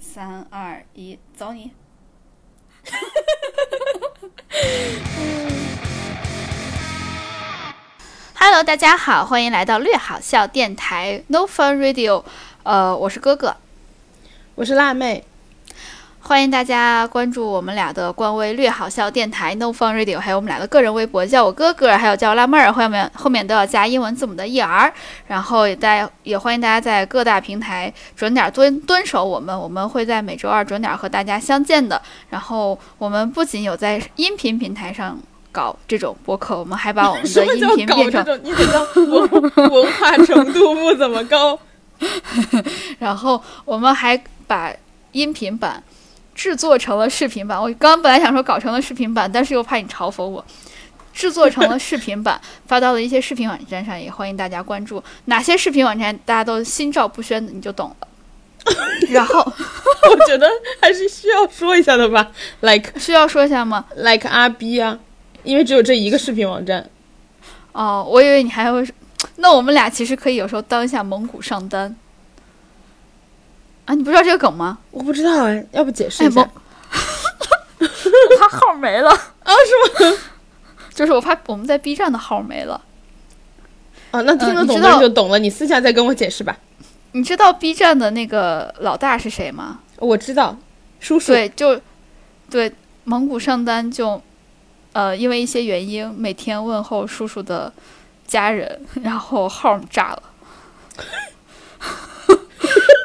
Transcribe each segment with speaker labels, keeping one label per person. Speaker 1: 三二一，走你！Hello，大家好，欢迎来到略好笑电台 No Fun Radio。呃，我是哥哥，
Speaker 2: 我是辣妹，
Speaker 1: 欢迎大家关注我们俩的官微“略好笑电台 ”No Fun Radio，还有我们俩的个人微博，叫我哥哥，还有叫我辣妹儿，后面后面都要加英文字母的 er。然后也大也欢迎大家在各大平台准点蹲蹲守我们，我们会在每周二准点和大家相见的。然后我们不仅有在音频平台上搞这种播客，我们还把我们
Speaker 2: 什
Speaker 1: 的
Speaker 2: 么叫
Speaker 1: 音频
Speaker 2: 搞
Speaker 1: 变
Speaker 2: 这
Speaker 1: 成
Speaker 2: 种？你这叫文 文化程度不怎么高。
Speaker 1: 然后我们还把音频版制作成了视频版。我刚刚本来想说搞成了视频版，但是又怕你嘲讽我，制作成 了视频版，发到了一些视频网站上，也欢迎大家关注。哪些视频网站大家都心照不宣的，你就懂 了。然后
Speaker 2: 我觉得还是需要说一下的吧，like
Speaker 1: 需要说一下吗？
Speaker 2: like 阿 B 啊，因为只有这一个视频网站。
Speaker 1: 哦，我以为你还会说，那我们俩其实可以有时候当一下蒙古上单。啊，你不知道这个梗 吗？
Speaker 2: 我不知道哎，要不解释
Speaker 1: 哎，
Speaker 2: 一下？
Speaker 1: 蒙，我怕号没了。
Speaker 2: 啊，是吗？
Speaker 1: 就是我怕我们在 B 站的号没了。
Speaker 2: 啊，那听得
Speaker 1: 嗯你
Speaker 2: 懂
Speaker 1: 知
Speaker 2: 的
Speaker 1: 道
Speaker 2: 人就懂了，你私下再跟我解释吧。
Speaker 1: 你知道 B 站的那个老大是谁吗？
Speaker 2: 我知道，叔叔。
Speaker 1: 对，就对蒙古上单就呃，因为一些原因，每天问候叔叔的家人，然后号炸了。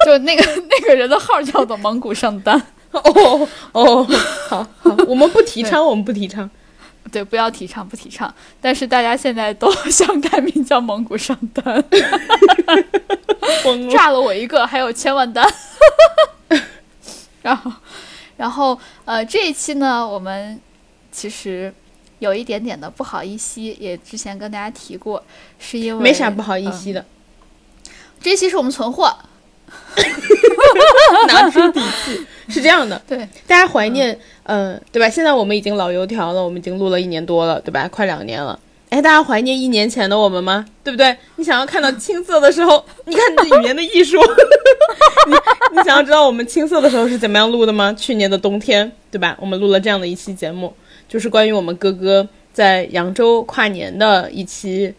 Speaker 1: 就那个那个人的号叫做蒙古上单，
Speaker 2: 哦哦，好好，我们不提倡，我们不 提倡。
Speaker 1: 对，不要提倡，不提倡。但是大家现在都 想改名叫蒙古上单，
Speaker 2: 疯了。
Speaker 1: 炸了我一个，还有千万单。 然后，然后呃，这一期呢，我们其实有一点点的不好意思，也之前跟大家提过，是因为
Speaker 2: 没啥不好意思的，
Speaker 1: 这一期是我们存货，
Speaker 2: 拿出底气。是这样的，
Speaker 1: 对，
Speaker 2: 大家怀念，呃，对吧？现在我们已经老油条了，我们已经录了一年多了，对吧？快两年了。哎，大家怀念一年前的我们吗？对不对？你想要看到青涩的时候， 你看这语言的艺术。 你你想要知道我们青涩的时候是怎么样录的吗？去年的冬天，对吧？我们录了这样的一期节目，就是关于我们哥哥在扬州跨年的一期，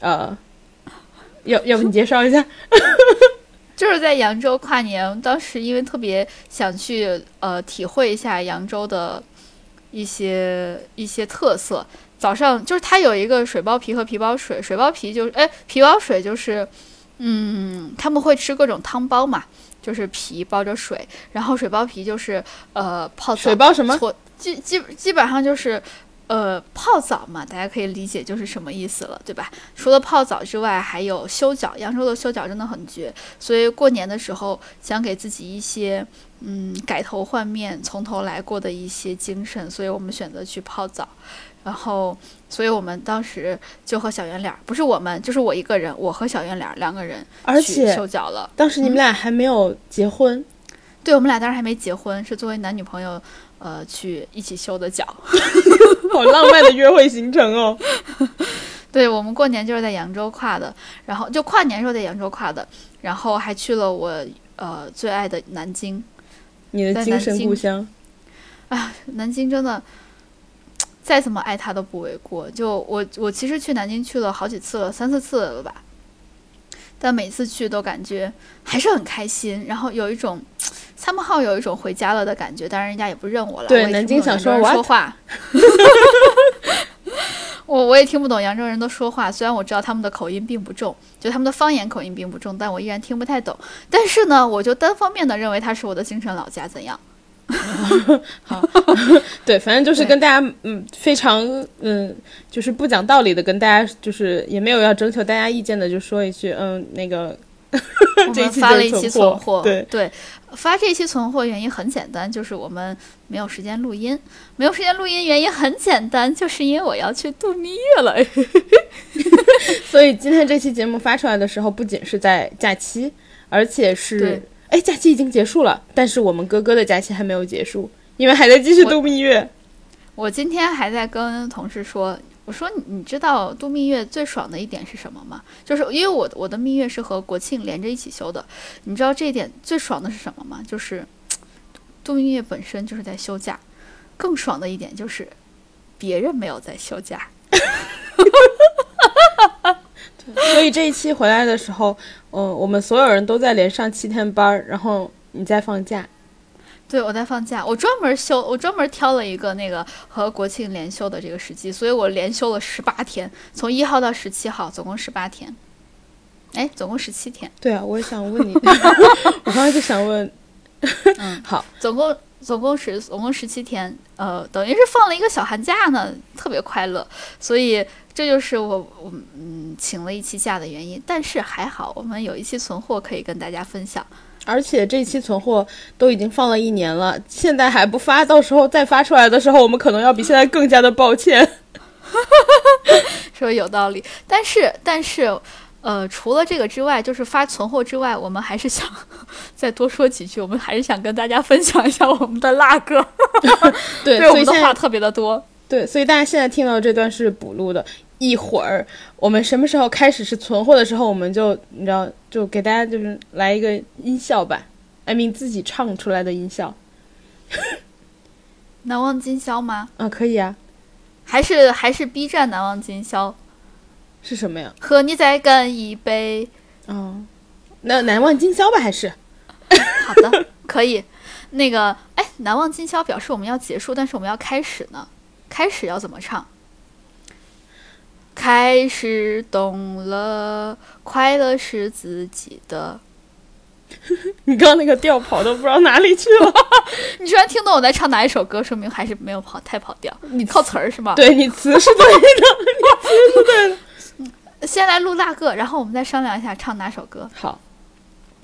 Speaker 2: 呃，要要不你介绍一下？
Speaker 1: 就是在扬州跨年，当时因为特别想去呃体会一下扬州的一些一些特色。早上就是它有一个水包皮和皮包水，水包皮就是哎皮包水就是，嗯，他们会吃各种汤包嘛，就是皮包着水，然后水包皮就是呃泡澡
Speaker 2: 水包什么？
Speaker 1: 搓基基基本上就是，呃，泡澡嘛，大家可以理解就是什么意思了，对吧？除了泡澡之外，还有修脚，扬州的修脚真的很绝，所以过年的时候想给自己一些嗯改头换面、从头来过的一些精神，所以我们选择去泡澡。然后，所以我们当时就和小圆脸儿，不是我们，就是我一个人，我和小圆脸儿两个人
Speaker 2: 而
Speaker 1: 去
Speaker 2: 且
Speaker 1: 修脚了。
Speaker 2: 当时你们俩还没有结婚。
Speaker 1: 对我们俩当时还没结婚，是作为男女朋友，呃，去一起修的脚。
Speaker 2: 好浪漫的约会行程哦！
Speaker 1: 对我们过年就是在扬州跨的，然后就跨年时候在扬州跨的，然后还去了我呃最爱的南京。
Speaker 2: 你的精神故乡，
Speaker 1: 南京真的，再怎么爱它都不为过。就我我其实去南京去了好几次了，三四次了吧，但每次去都感觉还是很开心，然后有一种三号有一种回家了的感觉。当然人家也不认我了，
Speaker 2: 对
Speaker 1: 我也听
Speaker 2: 南京
Speaker 1: 不懂
Speaker 2: 想说
Speaker 1: 扬州人
Speaker 2: what？
Speaker 1: 说话。我我也听不懂扬州人的说话，虽然我知道他们的口音并不重，就他们的方言口音并不重，但我依然听不太懂。但是呢，我就单方面的认为它是我的精神老家，怎样？
Speaker 2: 对，反正就是
Speaker 1: 对
Speaker 2: 跟大家，嗯，非常，嗯，就是不讲道理的，跟大家，就是也没有要征求大家意见的，就说一句，嗯，那个，
Speaker 1: 我
Speaker 2: 这一
Speaker 1: 们
Speaker 2: 期
Speaker 1: 发
Speaker 2: 就
Speaker 1: 了
Speaker 2: 是
Speaker 1: 一期
Speaker 2: 存
Speaker 1: 存
Speaker 2: 货
Speaker 1: 货，
Speaker 2: 对
Speaker 1: 发这一期存货原因很简单，就是我们没有时间录音，没有时间录音原因很简单，就是因为我要去度蜜月了。
Speaker 2: 所以今天这期节目发出来的时候，不仅是在假期，而且是
Speaker 1: 对，
Speaker 2: 哎，假期已经结束了，但是我们哥哥的假期还没有结束，因为还在继续度蜜月。
Speaker 1: 我今天还在跟同事说，我说你你知道度蜜月最爽的一点是什么吗？就是因为我我的蜜月是和国庆连着一起休的，你知道这一点最爽的是什么吗？就是度蜜月本身就是在休假，更爽的一点就是别人没有在休假。
Speaker 2: 所以这一期回来的时候，嗯、我们所有人都在连上七天班儿，然后你再放假。
Speaker 1: 对，我在放假，我专门休，我专门挑了一个那个和国庆连休的这个时机，所以我连休了十八天，从一号到十七号，总共十八天。哎，总共十七天，
Speaker 2: 对啊，我也想问你， 我刚才就想问，
Speaker 1: 嗯，
Speaker 2: 好，
Speaker 1: 总共总共十总共十七天，呃，等于是放了一个小寒假呢，特别快乐。所以这就是我我嗯请了一期假的原因。但是还好，我们有一期存货可以跟大家分享。
Speaker 2: 而且这期存货都已经放了一年了，现在还不发，到时候再发出来的时候，我们可能要比现在更加的抱歉。
Speaker 1: 说有道理，但是但是，呃，除了这个之外，就是发存货之外，我们还是想再多说几句，我们还是想跟大家分享一下我们的辣歌，
Speaker 2: 对，
Speaker 1: 对我
Speaker 2: 所
Speaker 1: 们
Speaker 2: 以
Speaker 1: 的
Speaker 2: 现在
Speaker 1: 话特别的多。
Speaker 2: 对，所以大家现在听到这段是补录的。一会儿我们什么时候开始是存货的时候，我们就你知道，就给大家就是来一个音效吧，I mean 自己唱出来的音效
Speaker 1: 难忘今宵吗？
Speaker 2: 啊，可以啊，
Speaker 1: 还是还是 B 站难忘今宵？
Speaker 2: 是什么呀？
Speaker 1: 和你再干一杯。
Speaker 2: 哦，那难忘今宵吧，还是
Speaker 1: 好 的，可以。那个，哎，难忘今宵表示我们要结束，但是我们要开始呢。开始要怎么唱？开始懂了，快乐是自己的。
Speaker 2: 你刚刚那个调跑都不知道哪里去了，
Speaker 1: 你居然听懂我在唱哪一首歌，说明还是没有跑太跑调。
Speaker 2: 你
Speaker 1: 靠词儿是吗？。
Speaker 2: 对你词是对的。
Speaker 1: 先来录大个，然后我们再商量一下唱哪首歌。
Speaker 2: 好，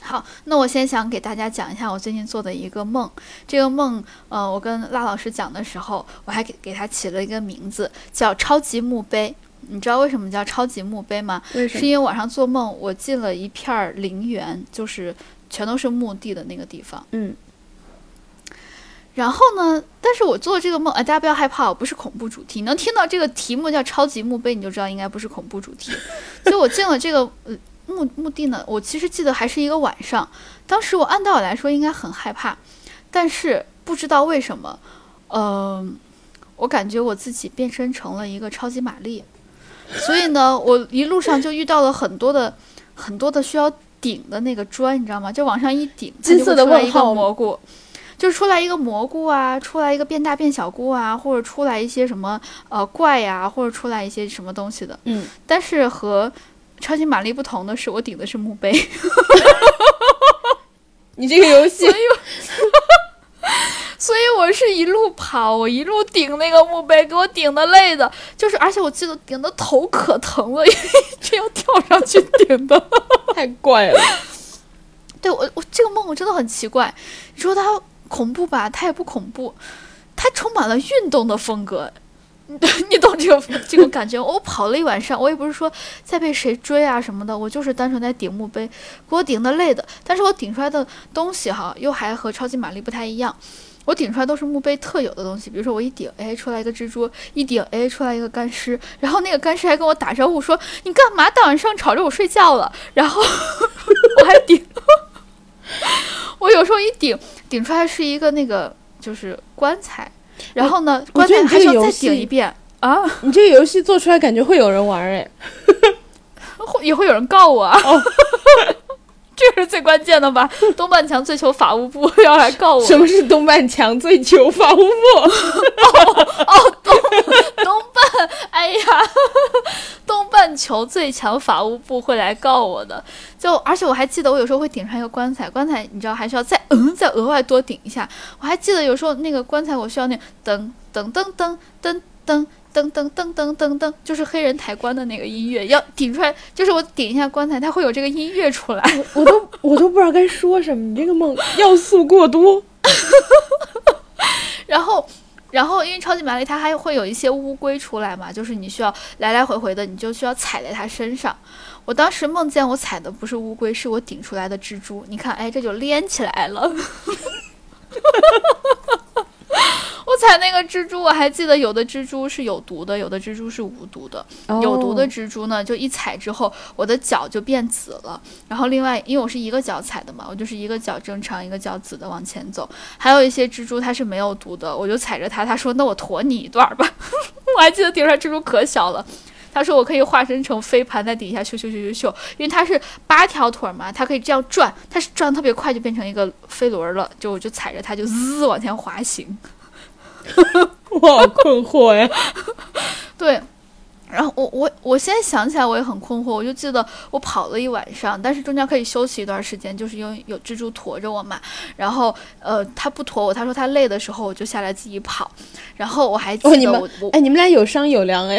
Speaker 1: 好，那我先想给大家讲一下我最近做的一个梦。这个梦，呃，我跟辣老师讲的时候，我还给给他起了一个名字，叫“超级墓碑”。你知道为什么叫超级墓碑吗？
Speaker 2: 为
Speaker 1: 是？因为晚上做梦，我进了一片儿陵园，就是全都是墓地的那个地方。
Speaker 2: 嗯，
Speaker 1: 然后呢，但是我做这个梦，哎，大家不要害怕，我不是恐怖主题。你能听到这个题目叫“超级墓碑”，你就知道应该不是恐怖主题。所以我进了这个呃墓墓地呢，我其实记得还是一个晚上，当时我按道理来说应该很害怕，但是不知道为什么，嗯、我感觉我自己变身成了一个超级玛丽，所以呢，我一路上就遇到了很多的很多的需要顶的那个砖，你知道吗？就往上一顶，它
Speaker 2: 金
Speaker 1: 就
Speaker 2: 色
Speaker 1: 会
Speaker 2: 的
Speaker 1: 出来
Speaker 2: 问
Speaker 1: 一个
Speaker 2: 号
Speaker 1: 蘑菇。就是出来一个蘑菇啊，出来一个变大变小菇啊，或者出来一些什么呃怪呀、或者出来一些什么东西的。
Speaker 2: 嗯，
Speaker 1: 但是和超级玛丽不同的是，我顶的是墓碑，
Speaker 2: 你这个游戏
Speaker 1: 所以我，所以我是一路跑，我一路顶那个墓碑，给我顶的累的，就是而且我记得顶的头可疼了，因为这要跳上去顶的。
Speaker 2: 太怪了。
Speaker 1: 对我，我这个梦我真的很奇怪。你说它恐怖吧，它也不恐怖，它充满了运动的风格。 你你懂这个这种感觉？我跑了一晚上，我也不是说在被谁追啊什么的，我就是单纯在顶墓碑，给我顶的累的。但是我顶出来的东西哈，又还和超级玛丽不太一样。我顶出来都是墓碑特有的东西，比如说我一顶，哎，出来一个蜘蛛；一顶，哎，出来一个干尸。然后那个干尸还跟我打招呼说：“你干嘛大晚上吵着我睡觉了？”然后 我还顶，我有时候一顶顶出来是一个那个就是棺材，然后呢，
Speaker 2: 我
Speaker 1: 棺
Speaker 2: 觉
Speaker 1: 材
Speaker 2: 得你
Speaker 1: 还需
Speaker 2: 这
Speaker 1: 要
Speaker 2: 个游
Speaker 1: 再
Speaker 2: 戏
Speaker 1: 顶一遍啊，
Speaker 2: 你这个游戏做出来感觉会有人玩哎。
Speaker 1: 会也会有人告我啊。
Speaker 2: 哦
Speaker 1: 这是最关键的吧？东半强最求法务部要来告我，
Speaker 2: 什么是东半强最求防护服？
Speaker 1: 哦东 半，哎呀， 东半球最强法务部会来告我的。就而且我还记得，我有时候会顶上一个棺材，棺材你知道还需要再嗯再额外多顶一下。我还记得有时候那个棺材我需要那噔噔噔噔噔噔。噔噔噔噔噔噔，就是黑人抬棺的那个音乐，要顶出来，就是我顶一下棺材，它会有这个音乐出来。
Speaker 2: 我都我都不知道该说什么。你这个梦要素过多。
Speaker 1: 然后，然后因为超级玛丽它还会有一些乌龟出来嘛，就是你需要来来回回的，你就需要踩在它身上。我当时梦见我踩的不是乌龟，是我顶出来的蜘蛛。 你看，哎，这就连起来了。我踩且那个蜘蛛，我还记得有的蜘蛛是有毒的，有的蜘蛛是无毒的。
Speaker 2: 哦
Speaker 1: 有毒的蜘蛛呢，就一踩之后，我的脚就变紫了。然后另外，因为我是一个脚踩的嘛，我就是一个脚正常，一个脚紫的往前走。还有一些蜘蛛它是没有毒的，我就踩着它，它说：“那我驮你一段儿吧。” 我还记得顶上蜘蛛可小了。它说我可以化身成飞盘，在底下咻咻咻咻咻，因为它是八条腿儿嘛，它可以这样转，它是转得特别快，就变成一个飞轮儿了。就我就踩着它就滋往前滑行。
Speaker 2: 我好困惑哎呀！
Speaker 1: 对，然后我我我现在想起来我也很困惑，我就记得我跑了一晚上，但是中间可以休息一段时间，就是因为有蜘蛛驮着我嘛。然后呃，他不驮我，他说他累的时候我就下来自己跑。然后我还记
Speaker 2: 哦你
Speaker 1: 得
Speaker 2: 们
Speaker 1: 我、我
Speaker 2: 哎，你们俩有商有量哎，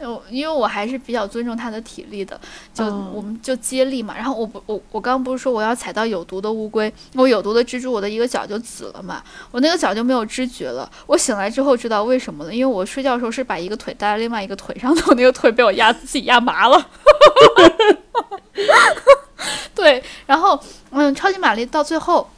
Speaker 1: 我因为我还是比较尊重他的体力的，就、
Speaker 2: 哦
Speaker 1: 我们就接力嘛。然后我不我我刚不是说我要踩到有毒的乌龟，我有毒的蜘蛛，我的一个脚就紫了嘛，我那个脚就没有知觉了。我醒来之后知道为什么了，因为我睡觉的时候是把一个腿搭在另外一个腿上的， 我那个腿被我压自己压麻了。 对，然后嗯，超级玛丽到最后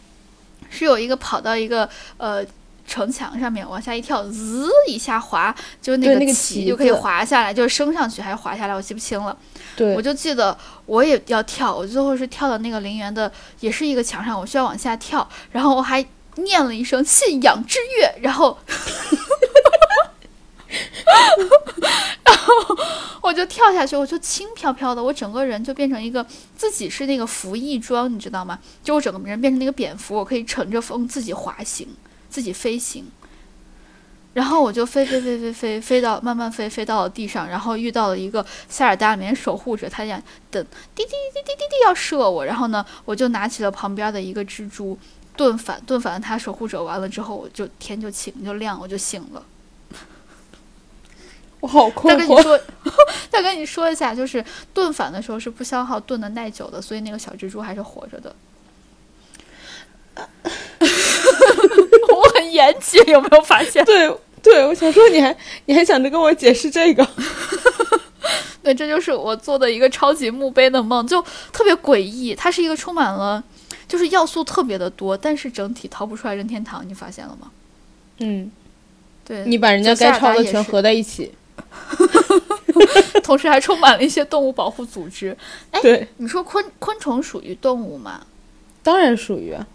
Speaker 1: 是有一个跑到一个呃。城墙上面往下一跳，滋一下滑，就那
Speaker 2: 对
Speaker 1: 个
Speaker 2: 那个
Speaker 1: 旗
Speaker 2: 旗
Speaker 1: 就可以
Speaker 2: 子
Speaker 1: 滑下来，就是升上去还是滑下来，我记不清了。
Speaker 2: 对
Speaker 1: 我，就记得我也要跳，我最后是跳到那个陵园的，也是一个墙上，我需要往下跳，然后我还念了一声信仰之跃，然后，然后我就跳下去，我就轻飘飘的，我整个人就变成一个自己是那个服翼装，你知道吗？就我整个人变成那个蝙蝠，我可以乘着风自己滑行，自己飞行。然后我就飞飞飞飞飞飞到慢慢飞飞到了地上，然后遇到了一个塞尔达里面守护者，他想等滴滴滴滴滴滴要射我，然后呢，我就拿起了旁边的一个蜘蛛盾反盾反了他守护者，完了之后我就天就晴就亮，我就醒了。
Speaker 2: 我好
Speaker 1: 再
Speaker 2: 困
Speaker 1: 跟你
Speaker 2: 惑。
Speaker 1: 说， 再跟你说一下，就是盾反的时候是不消耗盾的耐久的，所以那个小蜘蛛还是活着的。 我很严谨，有没有发现？
Speaker 2: 对对，我想说你还你还想着跟我解释这个，
Speaker 1: 对，这就是我做的一个超级墓碑的梦，就特别诡异。它是一个充满了，就是要素特别的多，但是整体逃不出来任天堂，你发现了吗？
Speaker 2: 嗯，
Speaker 1: 对，
Speaker 2: 你把人家
Speaker 1: 就塞尔
Speaker 2: 该
Speaker 1: 达
Speaker 2: 抄的
Speaker 1: 也
Speaker 2: 全
Speaker 1: 是
Speaker 2: 合在一起，
Speaker 1: 同时还充满了一些动物保护组织。哎
Speaker 2: 对，
Speaker 1: 你说昆昆虫属于动物吗？
Speaker 2: 当然属于啊，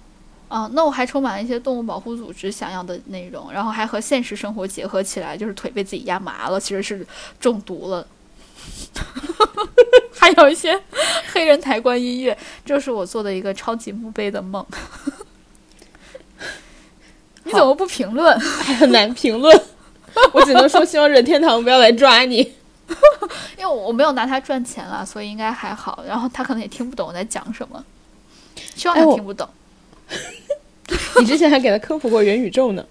Speaker 1: 啊，那我还充满了一些动物保护组织想要的内容，然后还和现实生活结合起来，就是腿被自己压麻了，其实是中毒了。 还有一些黑人抬棺音乐，这是我做的一个超级墓碑的梦。你怎么不评论？
Speaker 2: 还很难评论。我只能说，希望任天堂不要来抓你。
Speaker 1: 因为我没有拿它赚钱了，所以应该还好。然后他可能也听不懂我在讲什么，希望
Speaker 2: 哎
Speaker 1: 他
Speaker 2: 我
Speaker 1: 听不懂。
Speaker 2: 你之前还给他科普过元宇宙呢。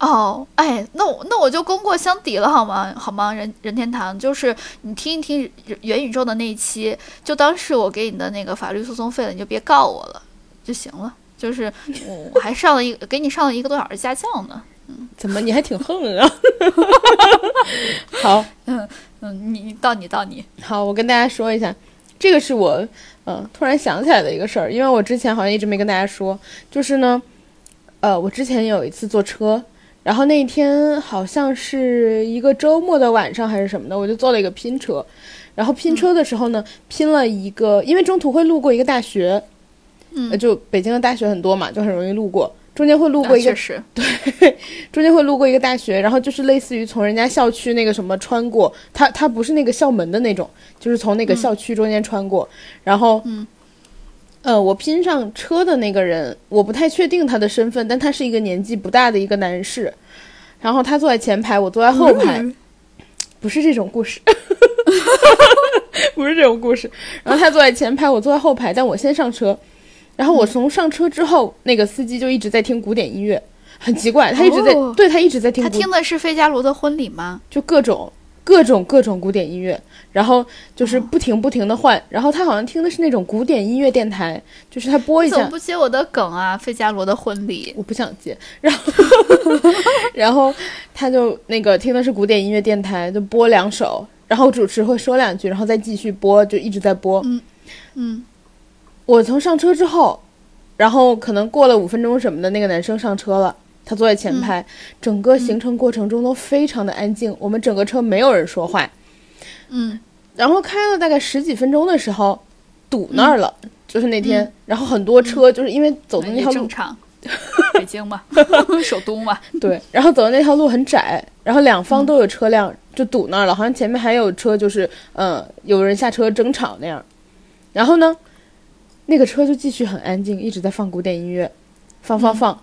Speaker 1: 哦，哎，那我那我就功过相抵了，好吗？好吗？任任天堂，就是你听一听元元宇宙的那一期，就当是我给你的那个法律诉讼费了，你就别告我了就行了。就是我我还上了一个给你上了一个多小时家教呢。
Speaker 2: 怎么你还挺横啊？ 好
Speaker 1: 嗯，你你到你到你，
Speaker 2: 好，我跟大家说一下，这个是我嗯、呃突然想起来的一个事儿，因为我之前好像一直没跟大家说，就是呢，呃，我之前有一次坐车，然后那一天好像是一个周末的晚上还是什么的，我就坐了一个拼车，然后拼
Speaker 1: 嗯
Speaker 2: 车的时候呢，拼了一个，因为中途会路过一个大学，呃
Speaker 1: 嗯，
Speaker 2: 就北京的大学很多嘛，就很容易路过，中间会路
Speaker 1: 啊
Speaker 2: 过一个
Speaker 1: 确实，
Speaker 2: 中间会路过一个大学，然后就是类似于从人家校区那个什么穿过，它它不是那个校门的那种，就是从那个校区中间穿过，然后
Speaker 1: 嗯，
Speaker 2: 呃，我拼上车的那个人，我不太确定他的身份，但他是一个年纪不大的一个男士，然后他坐在前排，我坐在后排，
Speaker 1: 嗯
Speaker 2: 不是这种故事， 不是这种故事。然后他坐在前排，我坐在后排，但我先上车。然后我从上车之后，那个司机就一直在听古典音乐，很奇怪，他一直在、
Speaker 1: 哦
Speaker 2: 对他一直在听
Speaker 1: 他
Speaker 2: 古典
Speaker 1: 听的是费加罗的婚礼吗？
Speaker 2: 就各种各种各种古典音乐，然后就是不停不停的换，然后他好像听的是那种古典音乐电台，就是他播一
Speaker 1: 你怎
Speaker 2: 下
Speaker 1: 么，不接我的梗啊？费加罗的婚礼，
Speaker 2: 我不想接，然后 然后他就那个听的是古典音乐电台，就播两首，然后主持会说两句，然后再继续播，就一直在播。
Speaker 1: 嗯
Speaker 2: 我从上车之后，然后可能过了五分钟什么的，那个男生上车了，他坐在
Speaker 1: 嗯
Speaker 2: 前排，整个行程过程中都非常的安静，我们整个车没有人说话。
Speaker 1: 嗯
Speaker 2: 然后开了大概十几分钟的时候，堵那
Speaker 1: 嗯
Speaker 2: 儿了，就是那天，然后很多车就是因为走的那
Speaker 1: 哎也
Speaker 2: 条路
Speaker 1: 正 常。北京嘛， 首都嘛，
Speaker 2: 对，然后走的那条路很窄，然后两方都有车辆，就堵那儿了，好像前面还有车，就是呃有人下车争吵那样。然后呢，那个车就继续很安静，一直在放古典音乐，放放放，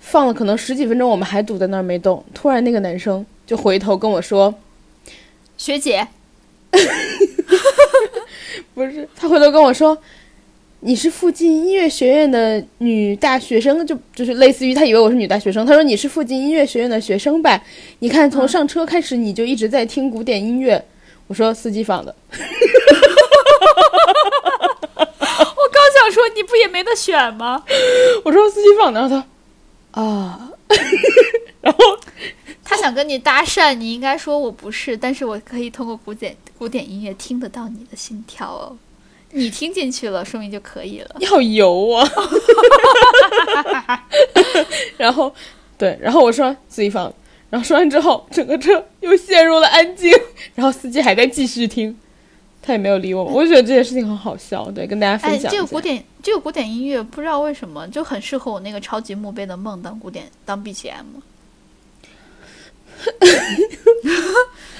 Speaker 2: 放了可能十几分钟，我们还堵在那儿没动。突然那个男生就回头跟我说，
Speaker 1: 学 姐，
Speaker 2: 不是，他回头跟我说。你是附近音乐学院的女大学生，就就是类似于他以为我是女大学生，他说你是附近音乐学院的学生吧？你看从上车开始你就一直在听古典音乐。我说司机放的，
Speaker 1: 我刚想说你不也没得选吗？
Speaker 2: 我说司机放的，然后他啊，
Speaker 1: 他想跟你搭讪，你应该说我不是，但是我可以通过古典古典音乐听得到你的心跳哦。你听进去了，说明就可以了。
Speaker 2: 你好油啊！ 然后对，然后我说司机放的，然后说完之后，整个车又陷入了安静， 然后司机还在继续听。他也没有理我，我就觉得这件事情很好笑，对，跟大家分
Speaker 1: 哎，
Speaker 2: 享一下。
Speaker 1: 这个古典这个古典音乐不知道为什么就很适合我那个超级墓碑的梦当古典当 BGM，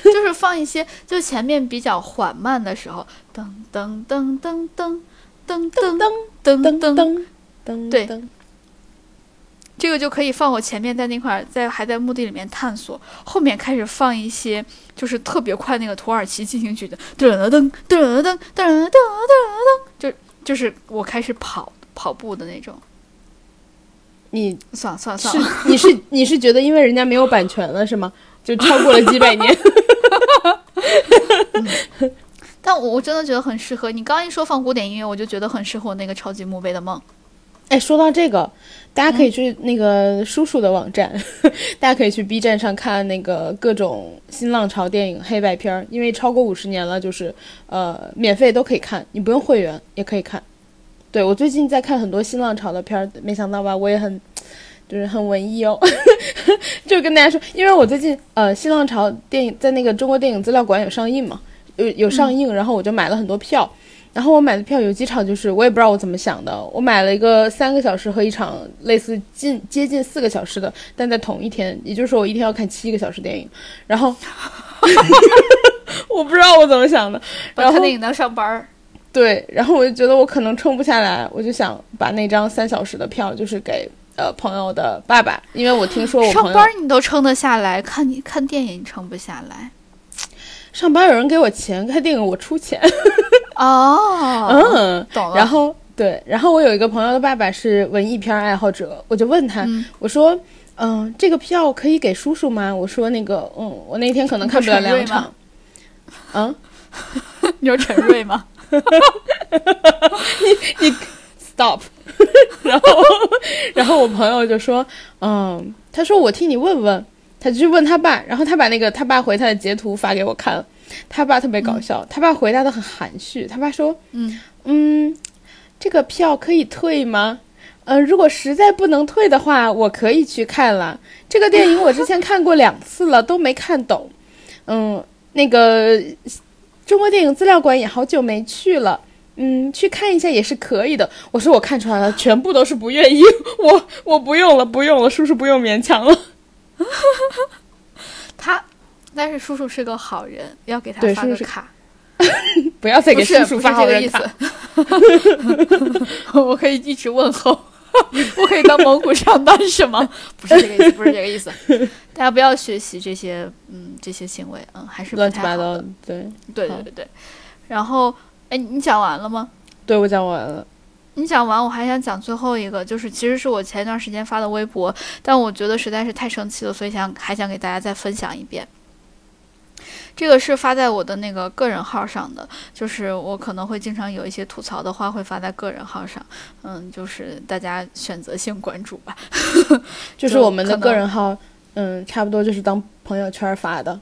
Speaker 1: 就是放一些就前面比较缓慢的时候，噔噔噔噔噔噔噔
Speaker 2: 噔
Speaker 1: 噔
Speaker 2: 噔
Speaker 1: 噔
Speaker 2: 噔噔，
Speaker 1: 对
Speaker 2: 噔
Speaker 1: 这个就可以放我前面在那块儿在还在墓地里面探索，后面开始放一些就是特别快那个土耳其进行曲的噔噔噔噔噔噔噔噔噔噔，就就是我开始跑跑步的那种。
Speaker 2: 你
Speaker 1: 算了算了算了，
Speaker 2: 是你是你是觉得因为人家没有版权了是吗？就超过了几百年？
Speaker 1: 但我我真的觉得很适合。你刚一说放古典音乐，我就觉得很适合我那个超级墓碑的梦。
Speaker 2: 哎，说到这个，大家可以去那个叔叔的网站， 大家可以去 B 站上看那个各种新浪潮电影黑白片儿，因为超过五十年了，就是呃免费都可以看，你不用会员也可以看。对我最近在看很多新浪潮的片儿，没想到吧，我也很就是很文艺哦， 就跟大家说，因为我最近呃新浪潮电影在那个中国电影资料馆有上映嘛，有有上映，然后我就买了很多票。然后我买的票有几场，就是我也不知道我怎么想的，我买了一个三个小时和一场类似近接近四个小时的，但在同一天，也就是说我一天要看七个小时电影。然后 我不知道我怎么想的，然
Speaker 1: 我
Speaker 2: 后
Speaker 1: 看电影当上班儿，
Speaker 2: 对，然后我就觉得我可能撑不下来，我就想把那张三小时的票就是给呃朋友的爸爸，因为我听哦说我
Speaker 1: 上
Speaker 2: 朋友
Speaker 1: 班儿你都撑得下来，看你看电影你撑不下来。
Speaker 2: 上班有人给我钱，看电影我出钱，
Speaker 1: 哦，
Speaker 2: 嗯，
Speaker 1: 懂了。
Speaker 2: 然后对，然后我有一个朋友的爸爸是文艺片爱好者，我就问他，
Speaker 1: 嗯
Speaker 2: 我说，嗯、这个票可以给叔叔吗？我说那个，嗯，我那天可能看不了
Speaker 1: 你说
Speaker 2: 两
Speaker 1: 沈瑞吗
Speaker 2: 场。嗯，
Speaker 1: 你说陈瑞吗？
Speaker 2: stop。然后，然后我朋友就说，嗯，他说我替你问问，他就去问他爸，然后他把那个他爸回他的截图发给我看了，他爸特别搞笑，他爸回答的很含蓄，他爸说，
Speaker 1: 嗯，
Speaker 2: 嗯，这个票可以退吗？嗯、如果实在不能退的话，我可以去看了。这个电影我之前看过两次了，都没看懂。嗯，那个中国电影资料馆也好久没去了。嗯，去看一下也是可以的。我说我看出来了，全部都是不愿意。我我不用了，不用了，叔叔不用勉强了。
Speaker 1: 他，但是叔叔是个好人，要给他
Speaker 2: 对
Speaker 1: 发
Speaker 2: 叔
Speaker 1: 个
Speaker 2: 叔是
Speaker 1: 卡，
Speaker 2: 不要再
Speaker 1: 不
Speaker 2: 给
Speaker 1: 是不
Speaker 2: 叔叔
Speaker 1: 是
Speaker 2: 发
Speaker 1: 这
Speaker 2: 好
Speaker 1: 个
Speaker 2: 人
Speaker 1: 意
Speaker 2: 卡。
Speaker 1: 思。 我可以一直问候，我可以当蒙古上当是吗？ 不是这个意思，不是这个意思。大家不要学习这些，嗯，这些行为，嗯，还是不
Speaker 2: 乱七
Speaker 1: 太
Speaker 2: 八
Speaker 1: 好
Speaker 2: 糟
Speaker 1: 的。，
Speaker 2: 对
Speaker 1: 对
Speaker 2: 好
Speaker 1: 对对对。然后，哎，你讲完了吗？
Speaker 2: 对，我讲完了。
Speaker 1: 你讲完，我还想讲最后一个，就是其实是我前一段时间发的微博，但我觉得实在是太生气了，所以想还想给大家再分享一遍。这个是发在我的那个个人号上的，就是我可能会经常有一些吐槽的话会发在个人号上，嗯，就是大家选择性关注吧。
Speaker 2: 就是
Speaker 1: 就
Speaker 2: 我们的
Speaker 1: 可
Speaker 2: 个
Speaker 1: 能
Speaker 2: 人号，嗯，差不多就是当朋友圈发的。